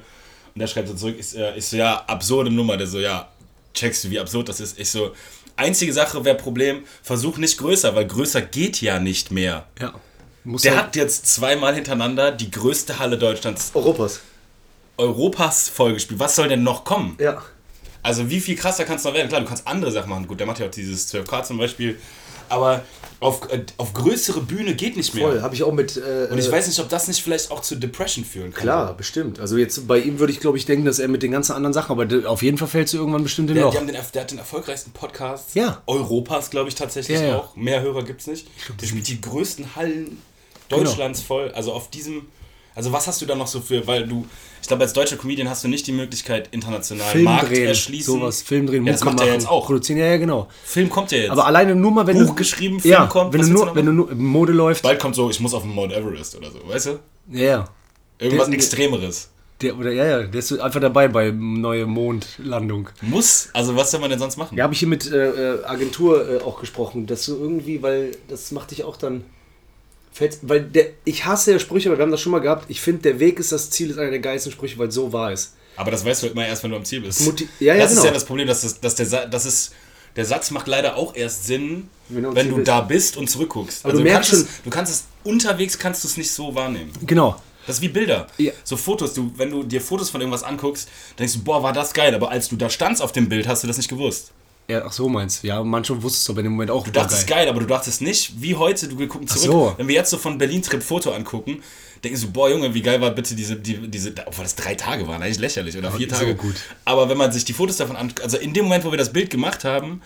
Speaker 1: Und er schreibt so zurück, ich, äh, ich so, ja, absurde Nummer, der so, ja, checkst du, wie absurd das ist. Ich so, einzige Sache wäre Problem, versuch nicht größer, weil größer geht ja nicht mehr.
Speaker 2: ja. Muss
Speaker 1: Der
Speaker 2: halt-
Speaker 1: hat jetzt zweimal hintereinander die größte Halle Deutschlands,
Speaker 2: Europas.
Speaker 1: Europas vollgespielt. Was soll denn noch kommen?
Speaker 2: Ja.
Speaker 1: Also wie viel krasser kannst du noch werden? Klar, du kannst andere Sachen machen. Gut, der macht ja auch dieses 12K zum Beispiel. Aber auf, äh, auf größere Bühne geht nicht mehr.
Speaker 2: Voll. Habe ich auch mit. Äh,
Speaker 1: Und ich weiß nicht, ob das nicht vielleicht auch zu Depression führen kann.
Speaker 2: Klar, bestimmt. Also jetzt bei ihm würde ich, glaube ich, denken, dass er mit den ganzen anderen Sachen, aber d- auf jeden Fall fällst du irgendwann bestimmt in
Speaker 1: Der,
Speaker 2: Loch.
Speaker 1: die haben den, der hat den erfolgreichsten Podcast
Speaker 2: Ja.
Speaker 1: Europas, glaube ich, tatsächlich
Speaker 2: Ja, ja.
Speaker 1: auch. Mehr Hörer gibt es nicht. Der spielt die größten Hallen
Speaker 2: Genau.
Speaker 1: Deutschlands voll. Also auf diesem. Also was hast du da noch so für, weil du, ich glaube, als deutscher Comedian hast du nicht die Möglichkeit, international
Speaker 2: Film
Speaker 1: Markt
Speaker 2: drehen,
Speaker 1: erschließen.
Speaker 2: sowas, Film drehen,
Speaker 1: ja, das macht er jetzt auch.
Speaker 2: produzieren, ja, ja, genau.
Speaker 1: Film kommt ja jetzt.
Speaker 2: Aber alleine nur mal, wenn
Speaker 1: Buch
Speaker 2: du.
Speaker 1: geschrieben, Film
Speaker 2: ja,
Speaker 1: kommt,
Speaker 2: Wenn
Speaker 1: was
Speaker 2: du,
Speaker 1: willst du
Speaker 2: nur,
Speaker 1: noch
Speaker 2: wenn du nur in Mode läuft.
Speaker 1: Bald kommt so, ich muss auf den Mount Everest oder so, weißt du?
Speaker 2: Ja, ja.
Speaker 1: Irgendwas
Speaker 2: Der-
Speaker 1: Extremeres.
Speaker 2: Der, oder, ja, ja, der ist so einfach dabei bei neue Mondlandung.
Speaker 1: Muss. Also was soll man denn sonst machen?
Speaker 2: Ja, habe ich hier mit äh, äh, Agentur äh, auch gesprochen, dass du irgendwie, weil das macht dich auch dann. Fällt, weil der, ich hasse ja Sprüche, aber wir haben das schon mal gehabt. Ich finde, der Weg ist das Ziel, ist einer der geilsten Sprüche, weil so wahr ist.
Speaker 1: Aber das weißt du immer erst, wenn du am Ziel bist.
Speaker 2: Muti- ja, ja,
Speaker 1: das ist
Speaker 2: genau.
Speaker 1: ja das Problem, dass, das, dass der, Sa- das ist, der Satz macht leider auch erst Sinn,
Speaker 2: Wenn
Speaker 1: wenn,
Speaker 2: du am
Speaker 1: du
Speaker 2: Ziel bist.
Speaker 1: da bist und zurückguckst.
Speaker 2: Aber du merkst
Speaker 1: kannst es,
Speaker 2: schon-
Speaker 1: du kannst es unterwegs kannst du es nicht so wahrnehmen.
Speaker 2: Genau.
Speaker 1: Das ist wie Bilder.
Speaker 2: Ja.
Speaker 1: So Fotos, du, wenn du dir Fotos von irgendwas anguckst, denkst du, boah, war das geil, aber als du da standst auf dem Bild, hast du das nicht gewusst.
Speaker 2: Ja, ach so meinst du. Ja, manche wussten es aber in dem Moment auch.
Speaker 1: Du dachtest geil. aber du dachtest nicht, wie heute, du wir gucken zurück.
Speaker 2: so.
Speaker 1: Wenn wir jetzt so von Berlin-Trip Foto angucken, denkst du, boah Junge, wie geil war bitte diese, die, diese, obwohl das drei Tage waren, eigentlich lächerlich oder vier
Speaker 2: so
Speaker 1: Tage.
Speaker 2: gut.
Speaker 1: Aber wenn man sich die Fotos davon an, also in dem Moment, wo wir das Bild gemacht haben,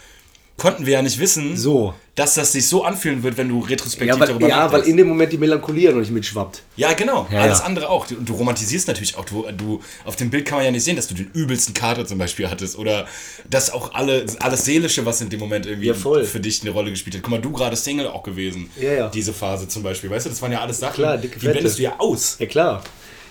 Speaker 1: konnten wir ja nicht wissen,
Speaker 2: So.
Speaker 1: dass das sich so anfühlen wird, wenn du retrospektiv
Speaker 2: Ja, weil,
Speaker 1: darüber
Speaker 2: ja, weil
Speaker 1: nachdenkst.
Speaker 2: in dem Moment die Melancholie noch nicht mitschwappt.
Speaker 1: ja, genau,
Speaker 2: Ja,
Speaker 1: alles
Speaker 2: ja.
Speaker 1: andere auch. Du- Und du romantisierst natürlich auch, du, du, auf dem Bild kann man ja nicht sehen, dass du den übelsten Kater zum Beispiel hattest oder dass auch alle, alles Seelische, was in dem Moment irgendwie
Speaker 2: Ja, voll.
Speaker 1: für dich eine Rolle gespielt hat. Guck mal, du gerade Single auch gewesen,
Speaker 2: Ja, ja.
Speaker 1: diese Phase zum Beispiel. Weißt du, das waren ja alles Sachen,
Speaker 2: Klar, dicke
Speaker 1: die
Speaker 2: Fette.
Speaker 1: blendest du ja aus.
Speaker 2: Ja, klar.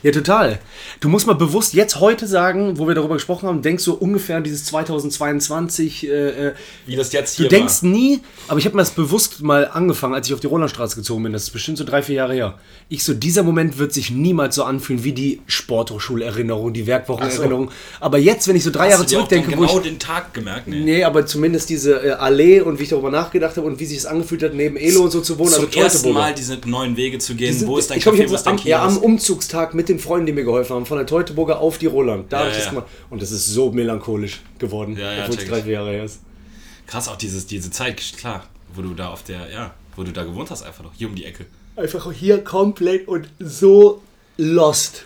Speaker 2: Ja, total. Du musst mal bewusst jetzt heute sagen, wo wir darüber gesprochen haben, denkst du ungefähr an dieses 2022. Äh, äh,
Speaker 1: Wie das jetzt
Speaker 2: du
Speaker 1: hier
Speaker 2: denkst nie, aber ich habe mir das bewusst mal angefangen, als ich auf die Rolandstraße gezogen bin. Das ist bestimmt so drei, vier Jahre her. Ich so, dieser Moment wird sich niemals so anfühlen wie die Sporthochschulerinnerung, die Werkwochenerinnerung. Aber jetzt, wenn ich so drei
Speaker 1: war.
Speaker 2: Jahre
Speaker 1: Hast du dir auch
Speaker 2: zurückdenke,
Speaker 1: den-
Speaker 2: wo ich.
Speaker 1: genau den Tag gemerkt. Nee.
Speaker 2: Nee, aber zumindest diese äh, Allee und wie ich darüber nachgedacht habe und wie sich es angefühlt hat, neben Elo und so zu wohnen.
Speaker 1: Zum
Speaker 2: also
Speaker 1: ersten
Speaker 2: Teutoburger.
Speaker 1: Mal diese neuen Wege zu gehen,
Speaker 2: Sind-
Speaker 1: wo ist dein
Speaker 2: ich glaub, ich
Speaker 1: Café,
Speaker 2: hab
Speaker 1: was
Speaker 2: das
Speaker 1: dein
Speaker 2: am,
Speaker 1: Kiosk?
Speaker 2: ja, am Umzugstag mit den Freunden, die mir geholfen haben, von der Teutoburger auf die Roland. Da
Speaker 1: Ja,
Speaker 2: habe ich das
Speaker 1: ja.
Speaker 2: gemacht. Und das ist so melancholisch geworden,
Speaker 1: Ja, ja,
Speaker 2: obwohl es
Speaker 1: check
Speaker 2: drei,
Speaker 1: ich.
Speaker 2: vier Jahre her ist.
Speaker 1: Krass, auch dieses, diese Zeit, klar, wo du da auf der, ja, wo du da gewohnt hast einfach noch, hier um die Ecke.
Speaker 2: Einfach hier komplett und so lost.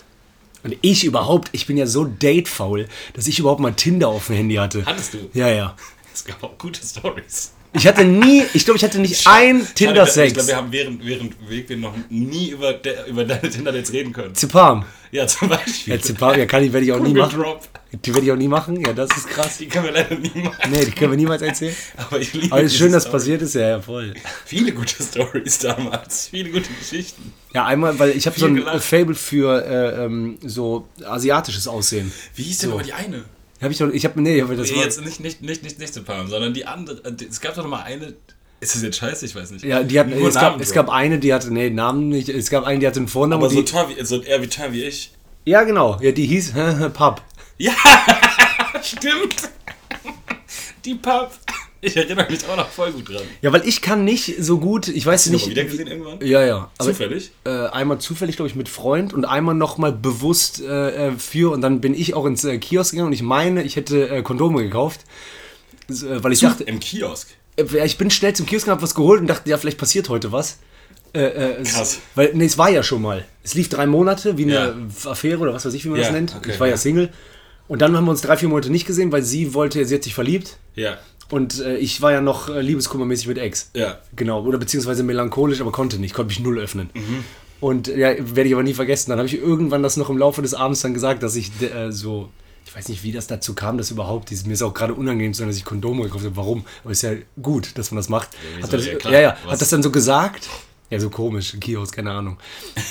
Speaker 2: Und ich überhaupt, ich bin ja so datefaul, dass ich überhaupt mal Tinder auf dem Handy hatte.
Speaker 1: Hattest du?
Speaker 2: Ja, ja.
Speaker 1: Es gab auch gute Stories.
Speaker 2: Ich hatte nie, ich glaube, ich hatte nicht ein Tinder-Sex.
Speaker 1: Ich glaube, wir haben während, während Weg wir noch nie über, de, über deine Tinder-Dates reden können.
Speaker 2: Zipam.
Speaker 1: Ja, zum Beispiel.
Speaker 2: Ja, Zipam, Äh, ja, kann ich, werde ich auch nie
Speaker 1: Google
Speaker 2: machen.
Speaker 1: Drop.
Speaker 2: Die werde ich auch nie machen, ja, das ist krass.
Speaker 1: Die können wir leider nie machen.
Speaker 2: Nee, die können wir
Speaker 1: [laughs]
Speaker 2: niemals erzählen.
Speaker 1: Aber ich liebe
Speaker 2: Aber es ist schön,
Speaker 1: diese
Speaker 2: dass
Speaker 1: Story.
Speaker 2: passiert ist, ja, ja, voll.
Speaker 1: Viele gute Stories damals. Viele gute Geschichten.
Speaker 2: Ja, einmal, weil ich habe so
Speaker 1: Viel
Speaker 2: ein
Speaker 1: gelacht.
Speaker 2: Fable für äh, ähm, so asiatisches Aussehen.
Speaker 1: Wie hieß denn aber die eine?
Speaker 2: Habe ich doch, ich habe, nee, aber Genau. das
Speaker 1: Nee,
Speaker 2: war,
Speaker 1: jetzt nicht, nicht, nicht, nicht, nicht zu Palm, sondern die andere. äh, die- Es gab doch noch mal eine. Ist das jetzt scheiße? Ich weiß nicht.
Speaker 2: ja, die hatten,
Speaker 1: Nur
Speaker 2: es, gab,
Speaker 1: Namen,
Speaker 2: es
Speaker 1: Bro.
Speaker 2: gab eine, die hatte, nee, Namen nicht, es gab eine, die hatte einen Vornamen.
Speaker 1: Aber
Speaker 2: und
Speaker 1: so
Speaker 2: die,
Speaker 1: teuer wie, so eher wie teuer wie ich.
Speaker 2: ja, genau, ja, die hieß Pub.
Speaker 1: Ja, stimmt. Die Pub. Ich erinnere mich auch noch voll gut dran.
Speaker 2: Ja, weil ich kann nicht so gut, ich weiß
Speaker 1: Hast du
Speaker 2: nicht.
Speaker 1: noch mal wieder gesehen irgendwann?
Speaker 2: Ja, ja. aber-
Speaker 1: Zufällig?
Speaker 2: Äh, einmal zufällig, glaube ich, mit Freund und einmal nochmal bewusst äh, äh, für. Und dann bin ich auch ins äh, Kiosk gegangen und ich meine, ich hätte äh, Kondome gekauft. S- äh, weil ich dachte,
Speaker 1: Im Kiosk.
Speaker 2: äh, ja, ich bin schnell zum Kiosk und habe was geholt und dachte, ja, vielleicht passiert heute was. Äh, äh, es-
Speaker 1: Krass.
Speaker 2: Weil, nee, es war ja schon mal. Es lief drei Monate, wie eine
Speaker 1: Ja.
Speaker 2: Affäre oder was weiß ich, wie man
Speaker 1: Ja,
Speaker 2: das nennt.
Speaker 1: okay,
Speaker 2: ich war ja
Speaker 1: ja.
Speaker 2: Single. Und dann haben wir uns drei, vier Monate nicht gesehen, weil sie wollte, sie hat sich verliebt.
Speaker 1: Ja.
Speaker 2: Und äh, ich war ja noch äh, liebeskummermäßig mit Ex.
Speaker 1: Ja.
Speaker 2: Genau, oder beziehungsweise melancholisch, aber konnte nicht, konnte mich null öffnen.
Speaker 1: Mhm.
Speaker 2: Und äh, ja, werde ich aber nie vergessen. Dann habe ich irgendwann das noch im Laufe des Abends dann gesagt, dass ich äh, so, ich weiß nicht, wie das dazu kam, dass überhaupt, ist, mir ist auch gerade unangenehm zu sein, dass ich Kondome gekauft habe. Warum? Aber ist ja gut, dass man das macht.
Speaker 1: wieso?
Speaker 2: hat das,
Speaker 1: Ja,
Speaker 2: ja,
Speaker 1: klar.
Speaker 2: ja, ja,
Speaker 1: Was?
Speaker 2: hat das dann so gesagt. Ja, so komisch, Kiosk,
Speaker 1: [laughs]
Speaker 2: keine Ahnung.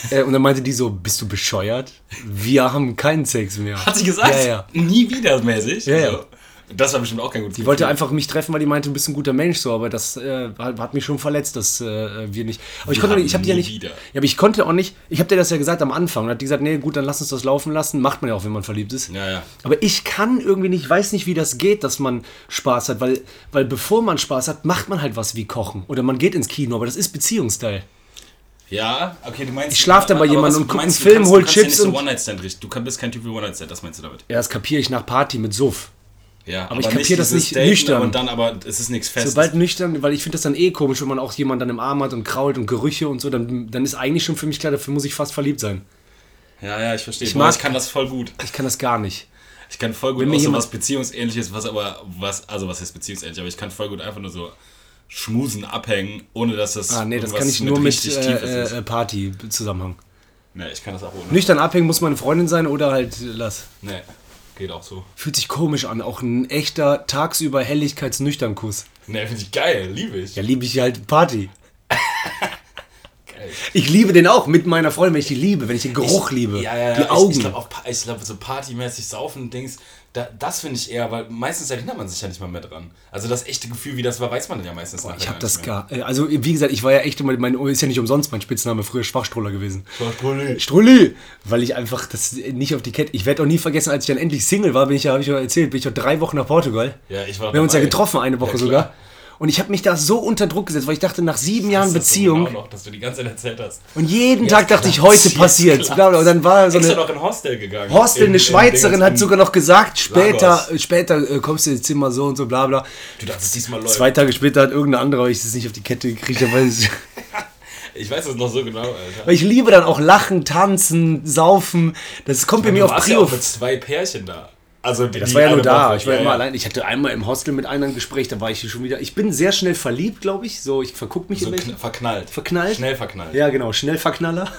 Speaker 2: äh, und dann meinte die so, bist du bescheuert? Wir haben keinen Sex mehr.
Speaker 1: Hat sie gesagt?
Speaker 2: Ja, ja.
Speaker 1: Nie wieder mäßig.
Speaker 2: Ja, ja.
Speaker 1: Also, Das war bestimmt auch kein gutes
Speaker 2: Die wollte einfach mich treffen, weil die meinte, du bist ein guter Mensch so, aber das äh, hat hat mich schon verletzt, dass äh, wir nicht. Aber ich
Speaker 1: Wir
Speaker 2: konnte
Speaker 1: haben
Speaker 2: ich habe die ja
Speaker 1: nie
Speaker 2: nicht.
Speaker 1: wieder.
Speaker 2: Ja, aber ich konnte auch nicht. Ich habe dir das ja gesagt am Anfang und hat die gesagt, nee, gut, dann lass uns das laufen lassen, macht man ja auch, wenn man verliebt ist.
Speaker 1: Ja, ja.
Speaker 2: Aber ich kann irgendwie nicht, weiß nicht, wie das geht, dass man Spaß hat, weil weil bevor man Spaß hat, macht man halt was wie kochen oder man geht ins Kino, aber das ist Beziehungsteil.
Speaker 1: Ja, okay, du meinst.
Speaker 2: Ich schlaf dann bei
Speaker 1: aber
Speaker 2: jemandem
Speaker 1: was
Speaker 2: und
Speaker 1: du
Speaker 2: guck
Speaker 1: meinst,
Speaker 2: einen
Speaker 1: du
Speaker 2: Film,
Speaker 1: kannst-
Speaker 2: hol
Speaker 1: du kannst ja
Speaker 2: Chips
Speaker 1: nicht so
Speaker 2: und-
Speaker 1: One-Night-Stand richtig. Du kann- bist kein Typ für One-Night-Stand, das meinst du damit.
Speaker 2: Ja, das kapiere ich nach Party mit Suff.
Speaker 1: Ja, aber,
Speaker 2: ich kapier das
Speaker 1: dieses
Speaker 2: nicht
Speaker 1: Daten
Speaker 2: nüchtern.
Speaker 1: Und dann aber, es ist nichts Festes.
Speaker 2: Sobald nüchtern, weil ich finde das dann eh komisch, wenn man auch jemanden dann im Arm hat und krault und Gerüche und so, dann, dann ist eigentlich schon für mich klar, dafür muss ich fast verliebt sein.
Speaker 1: ja, ja, ich verstehe. Ich,
Speaker 2: mag-
Speaker 1: ich kann das voll gut.
Speaker 2: Ich kann das gar nicht.
Speaker 1: Ich kann voll gut
Speaker 2: Wenn
Speaker 1: auch
Speaker 2: mir
Speaker 1: so
Speaker 2: jemand-
Speaker 1: was Beziehungsähnliches, was aber, was, also was heißt Beziehungsähnlich, aber ich kann voll gut einfach nur so schmusen, abhängen, ohne dass das.
Speaker 2: Ah, nee, das
Speaker 1: irgendwas
Speaker 2: kann ich nur mit
Speaker 1: richtig Tiefes
Speaker 2: äh,
Speaker 1: ist.
Speaker 2: äh, Party-Zusammenhang.
Speaker 1: Nee, ich kann das auch ohne.
Speaker 2: Nüchtern abhängen muss meine Freundin sein oder halt äh, lass.
Speaker 1: Nee, geht auch so.
Speaker 2: Fühlt sich komisch an, auch ein echter tagsüber Helligkeits-Nüchtern-Kuss.
Speaker 1: Nee, finde ich geil, liebe ich.
Speaker 2: Ja, liebe ich halt Party.
Speaker 1: [laughs] Geil.
Speaker 2: Ich liebe den auch mit meiner Freundin, wenn ich die liebe, wenn ich den Geruch liebe.
Speaker 1: Ja, ja, ja.
Speaker 2: die Augen.
Speaker 1: Ich, ich glaube auch, pa- ich glaube so partymäßig saufen und Dings, da, das finde ich eher, weil meistens erinnert man sich ja nicht mal mehr dran. Also das echte Gefühl, wie das war, weiß man ja meistens
Speaker 2: ich habe
Speaker 1: nicht
Speaker 2: das
Speaker 1: mehr.
Speaker 2: gar. äh, Also, wie gesagt, ich war ja echt immer. Mein, ist ja nicht umsonst mein Spitzname früher Schwachstroller gewesen.
Speaker 1: Ich
Speaker 2: Strulli, weil ich einfach das nicht auf die Kette. Ich werde auch nie vergessen, als ich dann endlich Single war, bin ich ja, habe ich ja erzählt, bin ich ja drei Wochen nach Portugal.
Speaker 1: Ja, ich war
Speaker 2: Wir haben uns ja
Speaker 1: dabei.
Speaker 2: getroffen eine Woche
Speaker 1: Ja, klar.
Speaker 2: sogar. Und ich habe mich da so unter Druck gesetzt, weil ich dachte, nach sieben Jahren Beziehung
Speaker 1: Auch noch, dass du die ganze Zeit erzählt hast.
Speaker 2: und jeden Tag dachte ich, heute
Speaker 1: Jetzt
Speaker 2: passiert.
Speaker 1: klappt's.
Speaker 2: Bla, bla. Und dann war so
Speaker 1: Extra
Speaker 2: eine
Speaker 1: noch in Hostel gegangen.
Speaker 2: Hostel,
Speaker 1: In-
Speaker 2: eine
Speaker 1: in
Speaker 2: Schweizerin
Speaker 1: Dings, in-
Speaker 2: hat sogar noch gesagt, später,
Speaker 1: Lagos.
Speaker 2: äh, später äh, kommst du ins Zimmer so und so, bla bla.
Speaker 1: Du dachtest, diesmal läuft.
Speaker 2: Zwei Tage später hat irgendeine andere, weil ich das nicht auf die Kette gekriegt habe, weil es-
Speaker 1: Ich weiß das noch so genau, Alter.
Speaker 2: weil ich liebe dann auch Lachen, Tanzen, Saufen. Das kommt bei mir
Speaker 1: du
Speaker 2: auf
Speaker 1: warst ja
Speaker 2: Prio.
Speaker 1: auch mit zwei Pärchen da. Also
Speaker 2: Das war ja nur da. Ich war immer allein. Ich hatte einmal im Hostel mit einer ein Gespräch, da war ich schon wieder. Ich bin sehr schnell verliebt, glaube ich. So, ich verguck mich
Speaker 1: So
Speaker 2: in welchen-
Speaker 1: kn- verknallt.
Speaker 2: Verknallt?
Speaker 1: Schnell verknallt.
Speaker 2: Ja, genau, Schnellverknaller.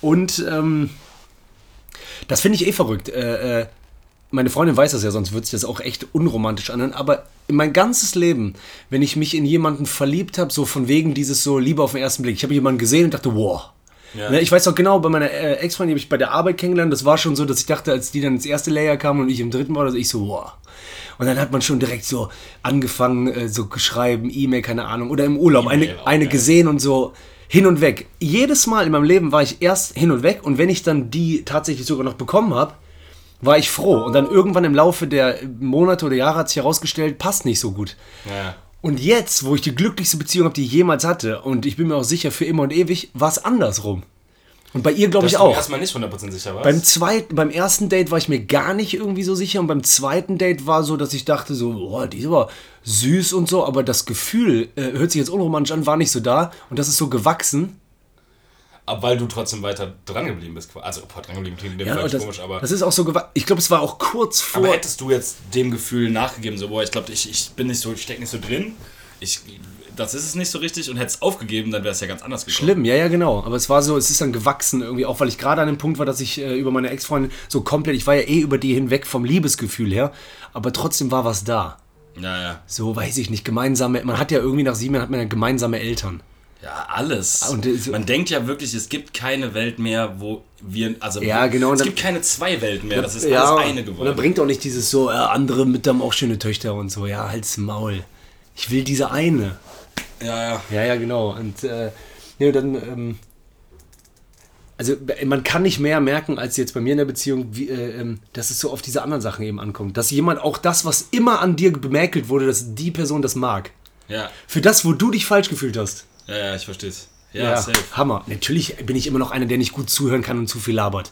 Speaker 2: Und ähm, das finde ich eh verrückt. Äh, äh, meine Freundin weiß das ja, sonst würde sich das auch echt unromantisch anhören. Aber mein ganzes Leben, wenn ich mich in jemanden verliebt habe, so von wegen dieses so Liebe auf den ersten Blick. Ich habe jemanden gesehen und dachte, wow.
Speaker 1: Ja.
Speaker 2: Ne, Ich weiß auch genau, bei meiner äh, Ex-Freundin, die habe ich bei der Arbeit kennengelernt. Das war schon so, dass ich dachte, als die dann ins erste Layer kam und ich im dritten war, dass ich so, wow. Und dann hat man schon direkt so angefangen, äh, so schreiben, E-Mail, keine Ahnung. Oder im Urlaub
Speaker 1: E-Mail
Speaker 2: eine,
Speaker 1: auch,
Speaker 2: eine
Speaker 1: ja.
Speaker 2: gesehen und so hin und weg. Jedes Mal in meinem Leben war ich erst hin und weg und wenn ich dann die tatsächlich sogar noch bekommen habe, war ich froh. Und dann irgendwann im Laufe der Monate oder Jahre hat sich herausgestellt, passt nicht so gut.
Speaker 1: Ja.
Speaker 2: Und jetzt, wo ich die glücklichste Beziehung habe, die ich jemals hatte, und ich bin mir auch sicher für immer und ewig, war es andersrum. Und bei ihr glaube
Speaker 1: Dass
Speaker 2: ich
Speaker 1: du mir
Speaker 2: auch.
Speaker 1: erstmal nicht 100% sicher warst.
Speaker 2: Beim zweiten, beim ersten Date war ich mir gar nicht irgendwie so sicher und beim zweiten Date war so, dass ich dachte so, boah, die ist aber süß und so, aber das Gefühl, äh, hört sich jetzt unromantisch an, war nicht so da und das ist so gewachsen.
Speaker 1: weil du trotzdem weiter drangeblieben bist. Also, boah, drangeblieben klingt
Speaker 2: ja, das, komisch, aber. Das ist auch so gewa- Ich glaube, es war auch kurz vor. Aber
Speaker 1: hättest du jetzt dem Gefühl nachgegeben, so, boah, ich glaube, ich, ich bin nicht so, ich stecke nicht so drin. Ich, das ist es nicht so richtig und hätte es aufgegeben, dann wäre es ja ganz anders
Speaker 2: gekommen. Schlimm, ja, ja, genau. Aber es war so, es ist dann gewachsen irgendwie, auch weil ich gerade an dem Punkt war, dass ich äh, über meine Ex-Freundin so komplett, ich war ja eh über die hinweg vom Liebesgefühl her, aber trotzdem war was da.
Speaker 1: Ja, ja.
Speaker 2: So weiß ich nicht, gemeinsame, man hat ja irgendwie nach sieben Jahren hat man ja gemeinsame Eltern.
Speaker 1: Ja,
Speaker 2: Ah,
Speaker 1: alles. Und, äh, man denkt ja wirklich, es gibt keine Welt mehr, wo wir, also
Speaker 2: ja, genau,
Speaker 1: es gibt keine zwei Welten mehr, das ist ja, alles eine geworden.
Speaker 2: Und dann bringt auch nicht dieses so, äh, andere mit haben auch schöne Töchter und so, ja, halt's Maul. Ich will diese eine.
Speaker 1: Ja, ja.
Speaker 2: Ja, ja, genau. Und äh, nee, dann, ähm, also man kann nicht mehr merken, als jetzt bei mir in der Beziehung, wie, äh, ähm, dass es so auf diese anderen Sachen eben ankommt. Dass jemand auch das, was immer an dir bemäkelt wurde, dass die Person das mag.
Speaker 1: Ja.
Speaker 2: Für das, wo du dich falsch gefühlt hast.
Speaker 1: Ja, ja, ich verstehe es.
Speaker 2: Ja, ja, safe. Hammer. Natürlich bin ich immer noch einer, der nicht gut zuhören kann und zu viel labert.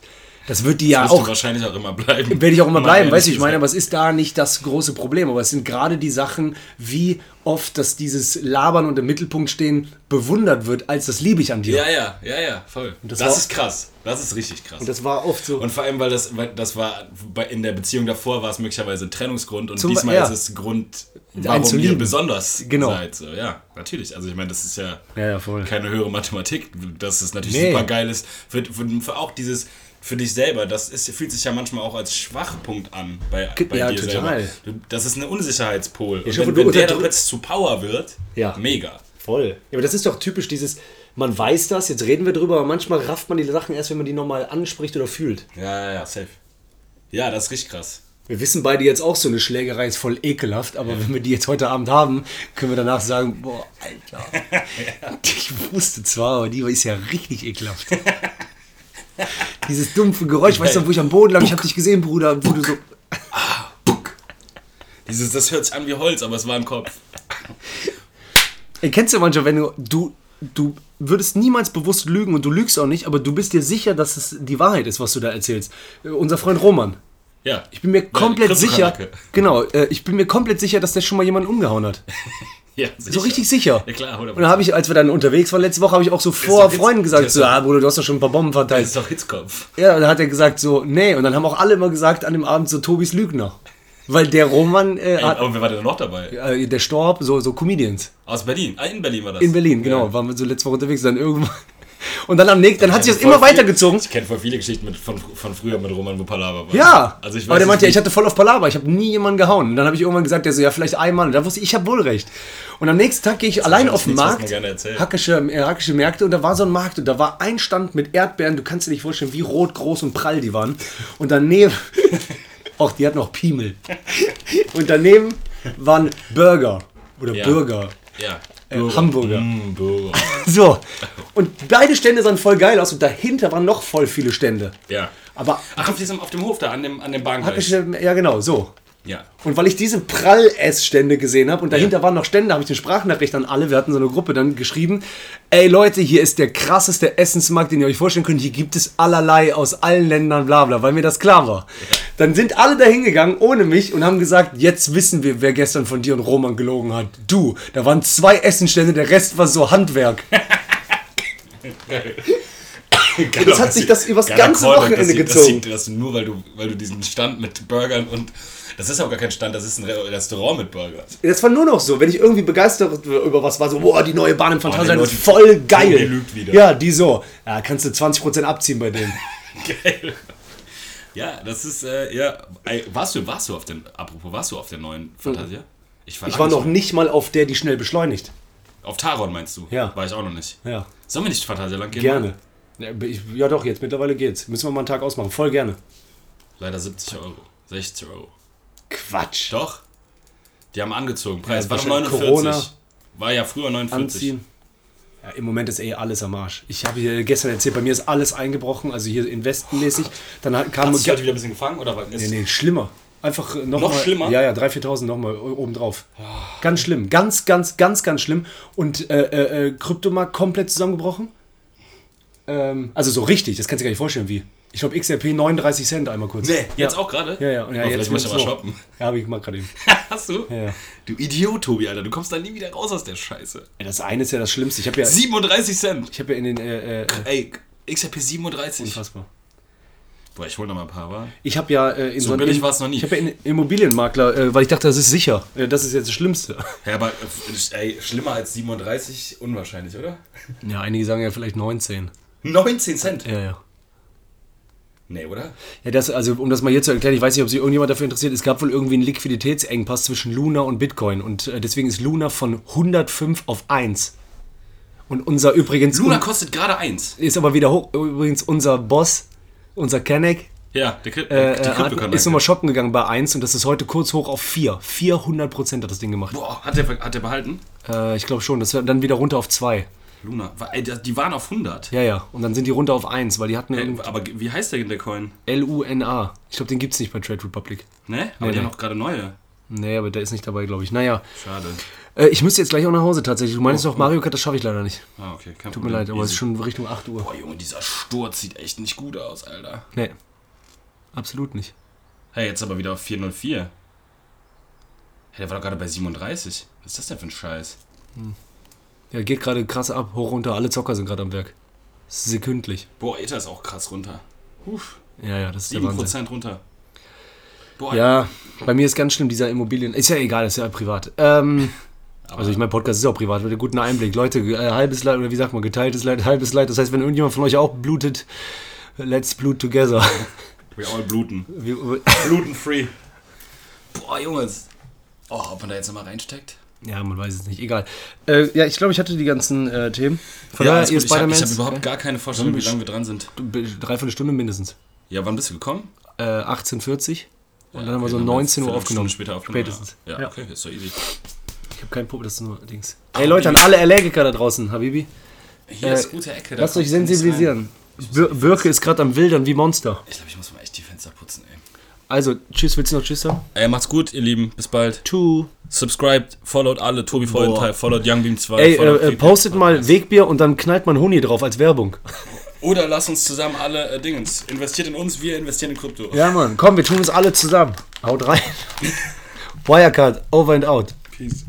Speaker 2: Das wird die das ja auch.
Speaker 1: wahrscheinlich auch immer bleiben.
Speaker 2: Werde ich auch immer bleiben, weißt du, ich meine, aber es ist da nicht das große Problem. Aber es sind gerade die Sachen, wie oft, dass dieses Labern und im Mittelpunkt stehen bewundert wird, als das liebe ich an dir.
Speaker 1: Ja, ja, ja, ja, voll. Das, das ist krass. Das ist richtig krass.
Speaker 2: Und das war oft so.
Speaker 1: Und vor allem, weil das, weil das war in der Beziehung davor war es möglicherweise ein Trennungsgrund und Zum, diesmal ja. ist es Grund, warum zu ihr besonders
Speaker 2: genau.
Speaker 1: seid. So, ja, natürlich. Also ich meine, das ist ja,
Speaker 2: ja, ja voll.
Speaker 1: keine höhere Mathematik, dass es natürlich nee. super geil ist. Für, für, für auch dieses für dich selber. Das ist, fühlt sich ja manchmal auch als Schwachpunkt an bei, bei
Speaker 2: ja,
Speaker 1: dir
Speaker 2: total.
Speaker 1: selber. Das ist ein Unsicherheitspol. Und
Speaker 2: Ich
Speaker 1: wenn,
Speaker 2: hoffe, du
Speaker 1: wenn der dann
Speaker 2: unterdrück-
Speaker 1: plötzlich zu Power wird,
Speaker 2: Ja.
Speaker 1: mega.
Speaker 2: Voll. Ja, aber das ist doch typisch dieses, man weiß das, jetzt reden wir drüber, aber manchmal rafft man die Sachen erst, wenn man die nochmal anspricht oder fühlt.
Speaker 1: Ja, ja, ja, safe. Ja, das ist richtig krass.
Speaker 2: Wir wissen beide jetzt auch, so eine Schlägerei ist voll ekelhaft, aber wenn wir die jetzt heute Abend haben, können wir danach sagen, boah, Alter, ich wusste zwar, aber die ist ja richtig ekelhaft. Dieses dumpfe Geräusch, weißt du, wo ich am Boden lag, ich hab dich gesehen, Bruder, und wo du so,
Speaker 1: Dieses, das hört sich an wie Holz, aber es war im Kopf.
Speaker 2: Ey, kennst du manchmal, wenn du, du, du würdest niemals bewusst lügen und du lügst auch nicht, aber du bist dir sicher, dass es die Wahrheit ist, was du da erzählst. Äh, Unser Freund Roman.
Speaker 1: Ja.
Speaker 2: Ich bin mir komplett
Speaker 1: Christoph
Speaker 2: sicher.
Speaker 1: Hanacke.
Speaker 2: Genau, äh, ich bin mir komplett sicher, dass der schon mal jemanden umgehauen hat.
Speaker 1: [laughs] ja,
Speaker 2: So richtig sicher.
Speaker 1: Ja, klar,
Speaker 2: Und
Speaker 1: 100%.
Speaker 2: dann habe ich, als wir dann unterwegs waren letzte Woche, habe ich auch so vor
Speaker 1: doch jetzt-
Speaker 2: Freunden gesagt,
Speaker 1: das
Speaker 2: so,
Speaker 1: ist doch-
Speaker 2: ah, Bruder, du hast doch schon ein paar Bomben
Speaker 1: Das
Speaker 2: verteilt.
Speaker 1: ist doch Hitzkopf.
Speaker 2: Ja, und dann hat er gesagt so, nee. Und dann haben auch alle immer gesagt an dem Abend so, Tobis Lügner. Weil der Roman, äh, hat,
Speaker 1: Aber wer war denn noch dabei?
Speaker 2: äh, der starb, so, so Comedians.
Speaker 1: Aus Berlin. Ah, in Berlin war das.
Speaker 2: In Berlin, genau. Waren wir so letzte Woche unterwegs, dann irgendwann. Und dann am nächsten, dann hat sich das immer
Speaker 1: Voll viel-
Speaker 2: weitergezogen.
Speaker 1: Ich kenne voll viele Geschichten mit, von, von früher mit Roman, wo Palaver war.
Speaker 2: Ja,
Speaker 1: Also ich weiß
Speaker 2: aber der
Speaker 1: nicht,
Speaker 2: meinte, ja,
Speaker 1: wie-
Speaker 2: ich hatte voll auf Palaver, ich habe nie jemanden gehauen. Und dann habe ich irgendwann gesagt, der so, ja, vielleicht einmal. Und dann wusste ich, ich habe wohl recht. Und am nächsten Tag gehe ich allein
Speaker 1: eigentlich
Speaker 2: auf den
Speaker 1: nichts, was man
Speaker 2: Markt,
Speaker 1: gerne erzählt.
Speaker 2: hackische, äh, hackische Märkte, und da war so ein Markt, und da war ein Stand mit Erdbeeren, du kannst dir nicht vorstellen, wie rot, groß und prall die waren. Und daneben, [laughs] auch die hatten auch Piemel. Und daneben waren Burger oder
Speaker 1: Ja.
Speaker 2: Burger.
Speaker 1: Ja.
Speaker 2: Äh, Hamburger.
Speaker 1: Mm, Burger.
Speaker 2: So, und beide Stände sahen voll geil aus und dahinter waren noch voll viele Stände.
Speaker 1: Ja.
Speaker 2: Aber
Speaker 1: Ach, auf diesem, auf dem Hof da, an dem, an dem Bahngleis.
Speaker 2: hackische, ja genau, so.
Speaker 1: Ja.
Speaker 2: Und weil ich diese Prall-Essstände gesehen habe und dahinter waren noch Stände, habe ich eine Sprachnachricht an alle, wir hatten so eine Gruppe dann geschrieben, ey Leute, hier ist der krasseste Essensmarkt, den ihr euch vorstellen könnt, hier gibt es allerlei aus allen Ländern, bla bla, weil mir das klar war. Dann sind alle da hingegangen ohne mich und haben gesagt, jetzt wissen wir, wer gestern von dir und Roman gelogen hat. Du, da waren zwei Essenstände, der Rest war so Handwerk.
Speaker 1: Jetzt
Speaker 2: hat sich das übers ganze Wochenende
Speaker 1: Das
Speaker 2: gezogen.
Speaker 1: sieht, dass du nur, weil du, weil du diesen Stand mit Burgern und. Das ist aber gar kein Stand, das ist ein Re- Restaurant mit Burgern.
Speaker 2: Das war nur noch so, wenn ich irgendwie begeistert über was war, so, boah, die neue Bahn im Phantasialand
Speaker 1: der
Speaker 2: ist
Speaker 1: Oh, Leute-
Speaker 2: voll geil.
Speaker 1: Tobi lügt wieder.
Speaker 2: Ja, die so. Ja, kannst du 20% abziehen bei denen.
Speaker 1: Geil. Ja, das ist, äh, ja. Ey, warst du, warst du auf den, apropos, warst du auf der neuen Fantasia? war,
Speaker 2: Ich
Speaker 1: lange
Speaker 2: war noch
Speaker 1: nicht.
Speaker 2: nicht mal auf der, die schnell beschleunigt.
Speaker 1: Auf Taron meinst du?
Speaker 2: Ja.
Speaker 1: War ich auch noch nicht.
Speaker 2: Ja,
Speaker 1: Sollen wir nicht Fantasia lang gehen?
Speaker 2: gerne. Ja, ich, ja doch, jetzt mittlerweile geht's. Müssen wir mal einen Tag ausmachen. Voll gerne.
Speaker 1: Leider 70 Euro. 60 Euro.
Speaker 2: Quatsch.
Speaker 1: Doch. Die haben angezogen. Preis
Speaker 2: Ja,
Speaker 1: war doch
Speaker 2: wahrscheinlich
Speaker 1: 49.
Speaker 2: Corona.
Speaker 1: War ja früher 49.
Speaker 2: Anziehen. Ja, Im Moment ist eh alles am Arsch. Ich habe hier gestern erzählt, bei mir ist alles eingebrochen, also hier investenmäßig. Dann hat- kam
Speaker 1: Hast du dich heute wieder ein bisschen gefangen oder was?
Speaker 2: Nee, nee, schlimmer. Einfach äh, noch,
Speaker 1: Noch
Speaker 2: mal,
Speaker 1: schlimmer?
Speaker 2: Ja, ja, 3.000, 4.000 nochmal äh, obendrauf. Ganz schlimm. Ganz, ganz, ganz, ganz schlimm. Und äh, äh, äh, Kryptomarkt komplett zusammengebrochen. Ähm, also so richtig, das kannst du dir gar nicht vorstellen, wie. Ich glaube, XRP 39 Cent einmal kurz.
Speaker 1: Nee, jetzt
Speaker 2: ja.
Speaker 1: auch gerade?
Speaker 2: Ja, ja, und ja,
Speaker 1: Oh,
Speaker 2: jetzt
Speaker 1: vielleicht musst du mal
Speaker 2: muss es
Speaker 1: shoppen.
Speaker 2: noch. Ja, habe ich gemacht gerade eben.
Speaker 1: [laughs] Hast du?
Speaker 2: Ja, ja.
Speaker 1: Du Idiot, Tobi, Alter. Du kommst da nie wieder raus aus der Scheiße.
Speaker 2: Ja, Das eine ist ja das Schlimmste. Ich habe ja, ich
Speaker 1: Ey, 37 Cent.
Speaker 2: hab ja in den. Äh, äh,
Speaker 1: Ey, XRP 37.
Speaker 2: Unfassbar.
Speaker 1: Boah, ich hole noch mal ein paar, wa?
Speaker 2: Ich habe ja äh, in
Speaker 1: So billig war's noch nie.
Speaker 2: Ich habe ja in Immobilienmakler, äh, weil ich dachte, das ist sicher. Äh, das ist jetzt das Schlimmste. [laughs]
Speaker 1: Ja, aber äh, ey, schlimmer als 37, unwahrscheinlich, oder?
Speaker 2: Ja, einige sagen ja vielleicht 19.
Speaker 1: 19 Cent.
Speaker 2: Ja, ja.
Speaker 1: Nee, oder?
Speaker 2: Ja, das, also um das mal hier zu erklären, ich weiß nicht, ob sich irgendjemand dafür interessiert, es gab wohl irgendwie einen Liquiditätsengpass zwischen Luna und Bitcoin und äh, deswegen ist Luna von 105 auf 1. Und unser übrigens,
Speaker 1: Luna
Speaker 2: un-
Speaker 1: kostet gerade 1.
Speaker 2: ist aber wieder hoch, übrigens unser Boss, unser Kenneck,
Speaker 1: Ja, der Kri
Speaker 2: äh,
Speaker 1: die
Speaker 2: hat,
Speaker 1: Krypto
Speaker 2: ist nochmal shoppen gegangen bei 1 und das ist heute kurz hoch auf 4. 400 Prozent hat das Ding gemacht.
Speaker 1: Boah, hat der, hat der behalten?
Speaker 2: Äh, ich glaube schon, das wär dann wieder runter auf 2.
Speaker 1: Luna, wa- ey, das- die waren auf 100.
Speaker 2: Ja, ja, und dann sind die runter auf 1, weil die hatten
Speaker 1: Ey,
Speaker 2: irgend-
Speaker 1: aber ge- wie heißt der denn, der Coin?
Speaker 2: L-U-N-A. Ich glaube, den gibt's nicht bei Trade Republic.
Speaker 1: Ne? Aber die
Speaker 2: nee.
Speaker 1: haben auch gerade neue.
Speaker 2: Nee, aber der ist nicht dabei, glaube ich. Naja,
Speaker 1: Schade.
Speaker 2: Äh, ich müsste jetzt gleich auch nach Hause tatsächlich. Du meinst doch, Mario Kart, das schaffe ich leider nicht.
Speaker 1: Ah, okay, kein
Speaker 2: Tut mir leid, aber es ist schon Richtung 8 Uhr.
Speaker 1: Boah, Junge, dieser Sturz sieht echt nicht gut aus, Alter.
Speaker 2: Nee. Absolut nicht.
Speaker 1: Hey, jetzt aber wieder auf 404. Hey, der war doch gerade bei 37. Was ist das denn für ein Scheiß?
Speaker 2: Ja, geht gerade krass ab, hoch runter, alle Zocker sind gerade am Werk. Sekündlich.
Speaker 1: Boah, Ether ist auch krass runter. Uff,
Speaker 2: Ja, ja, das ist der
Speaker 1: 7%
Speaker 2: Wahnsinn.
Speaker 1: runter. Boah,
Speaker 2: Ja, bei mir ist ganz schlimm dieser Immobilien. Ist ja egal, ist ja privat. [laughs] Ähm, also ich mein Podcast ist auch privat, wird guten Einblick. Leute, äh, halbes Leid oder wie sagt man, geteiltes Leid, halbes Leid. Das heißt, wenn irgendjemand von euch auch blutet, let's blut together.
Speaker 1: wir all bluten.
Speaker 2: Wir-
Speaker 1: Bluten free. Boah, Junges. Oh, ob man da jetzt nochmal reinsteckt?
Speaker 2: ja, man weiß es nicht, egal. Äh, ja, ich glaube, ich hatte die ganzen äh, Themen. Von
Speaker 1: alles
Speaker 2: ihr
Speaker 1: gut. ich habe hab
Speaker 2: Spider-Mans-
Speaker 1: überhaupt gar keine Vorstellung, wie lange wir dran sind.
Speaker 2: dreiviertel Stunde mindestens.
Speaker 1: Ja, wann bist du gekommen?
Speaker 2: Äh, 18.40 und dann haben wir so
Speaker 1: Okay,
Speaker 2: 19 Uhr
Speaker 1: Viertelstunde
Speaker 2: aufgenommen.
Speaker 1: Später aufgenommen.
Speaker 2: Spätestens.
Speaker 1: Ja, ja
Speaker 2: Ja.
Speaker 1: okay, ist so easy.
Speaker 2: Ich habe kein Problem, das ist nur Dings. Ey Leute, an alle Allergiker da draußen, Habibi,
Speaker 1: Hier
Speaker 2: Äh,
Speaker 1: ist gute Ecke. da
Speaker 2: lasst euch
Speaker 1: kommt nichts rein.
Speaker 2: sensibilisieren. Bir Birke ist gerade am Wildern wie Monster.
Speaker 1: Ich glaube, ich muss mal echt die Fenster putzen, ey.
Speaker 2: Also, tschüss, willst du noch tschüss sagen?
Speaker 1: Ey, macht's gut, ihr Lieben. Bis bald.
Speaker 2: Tschüss.
Speaker 1: Subscribed, followt alle, Tobi Vollenthal, followt Youngbeam2.
Speaker 2: Ey,
Speaker 1: followt
Speaker 2: äh, äh,
Speaker 1: Kick-
Speaker 2: postet mal Wegbier und dann knallt man Honig drauf als Werbung.
Speaker 1: Oder lasst uns zusammen alle äh, Dingens. Investiert in uns, wir investieren in Krypto.
Speaker 2: Ja, [laughs] Mann, komm, wir tun es alle zusammen. Haut rein. Wirecard, over and out.
Speaker 1: Peace.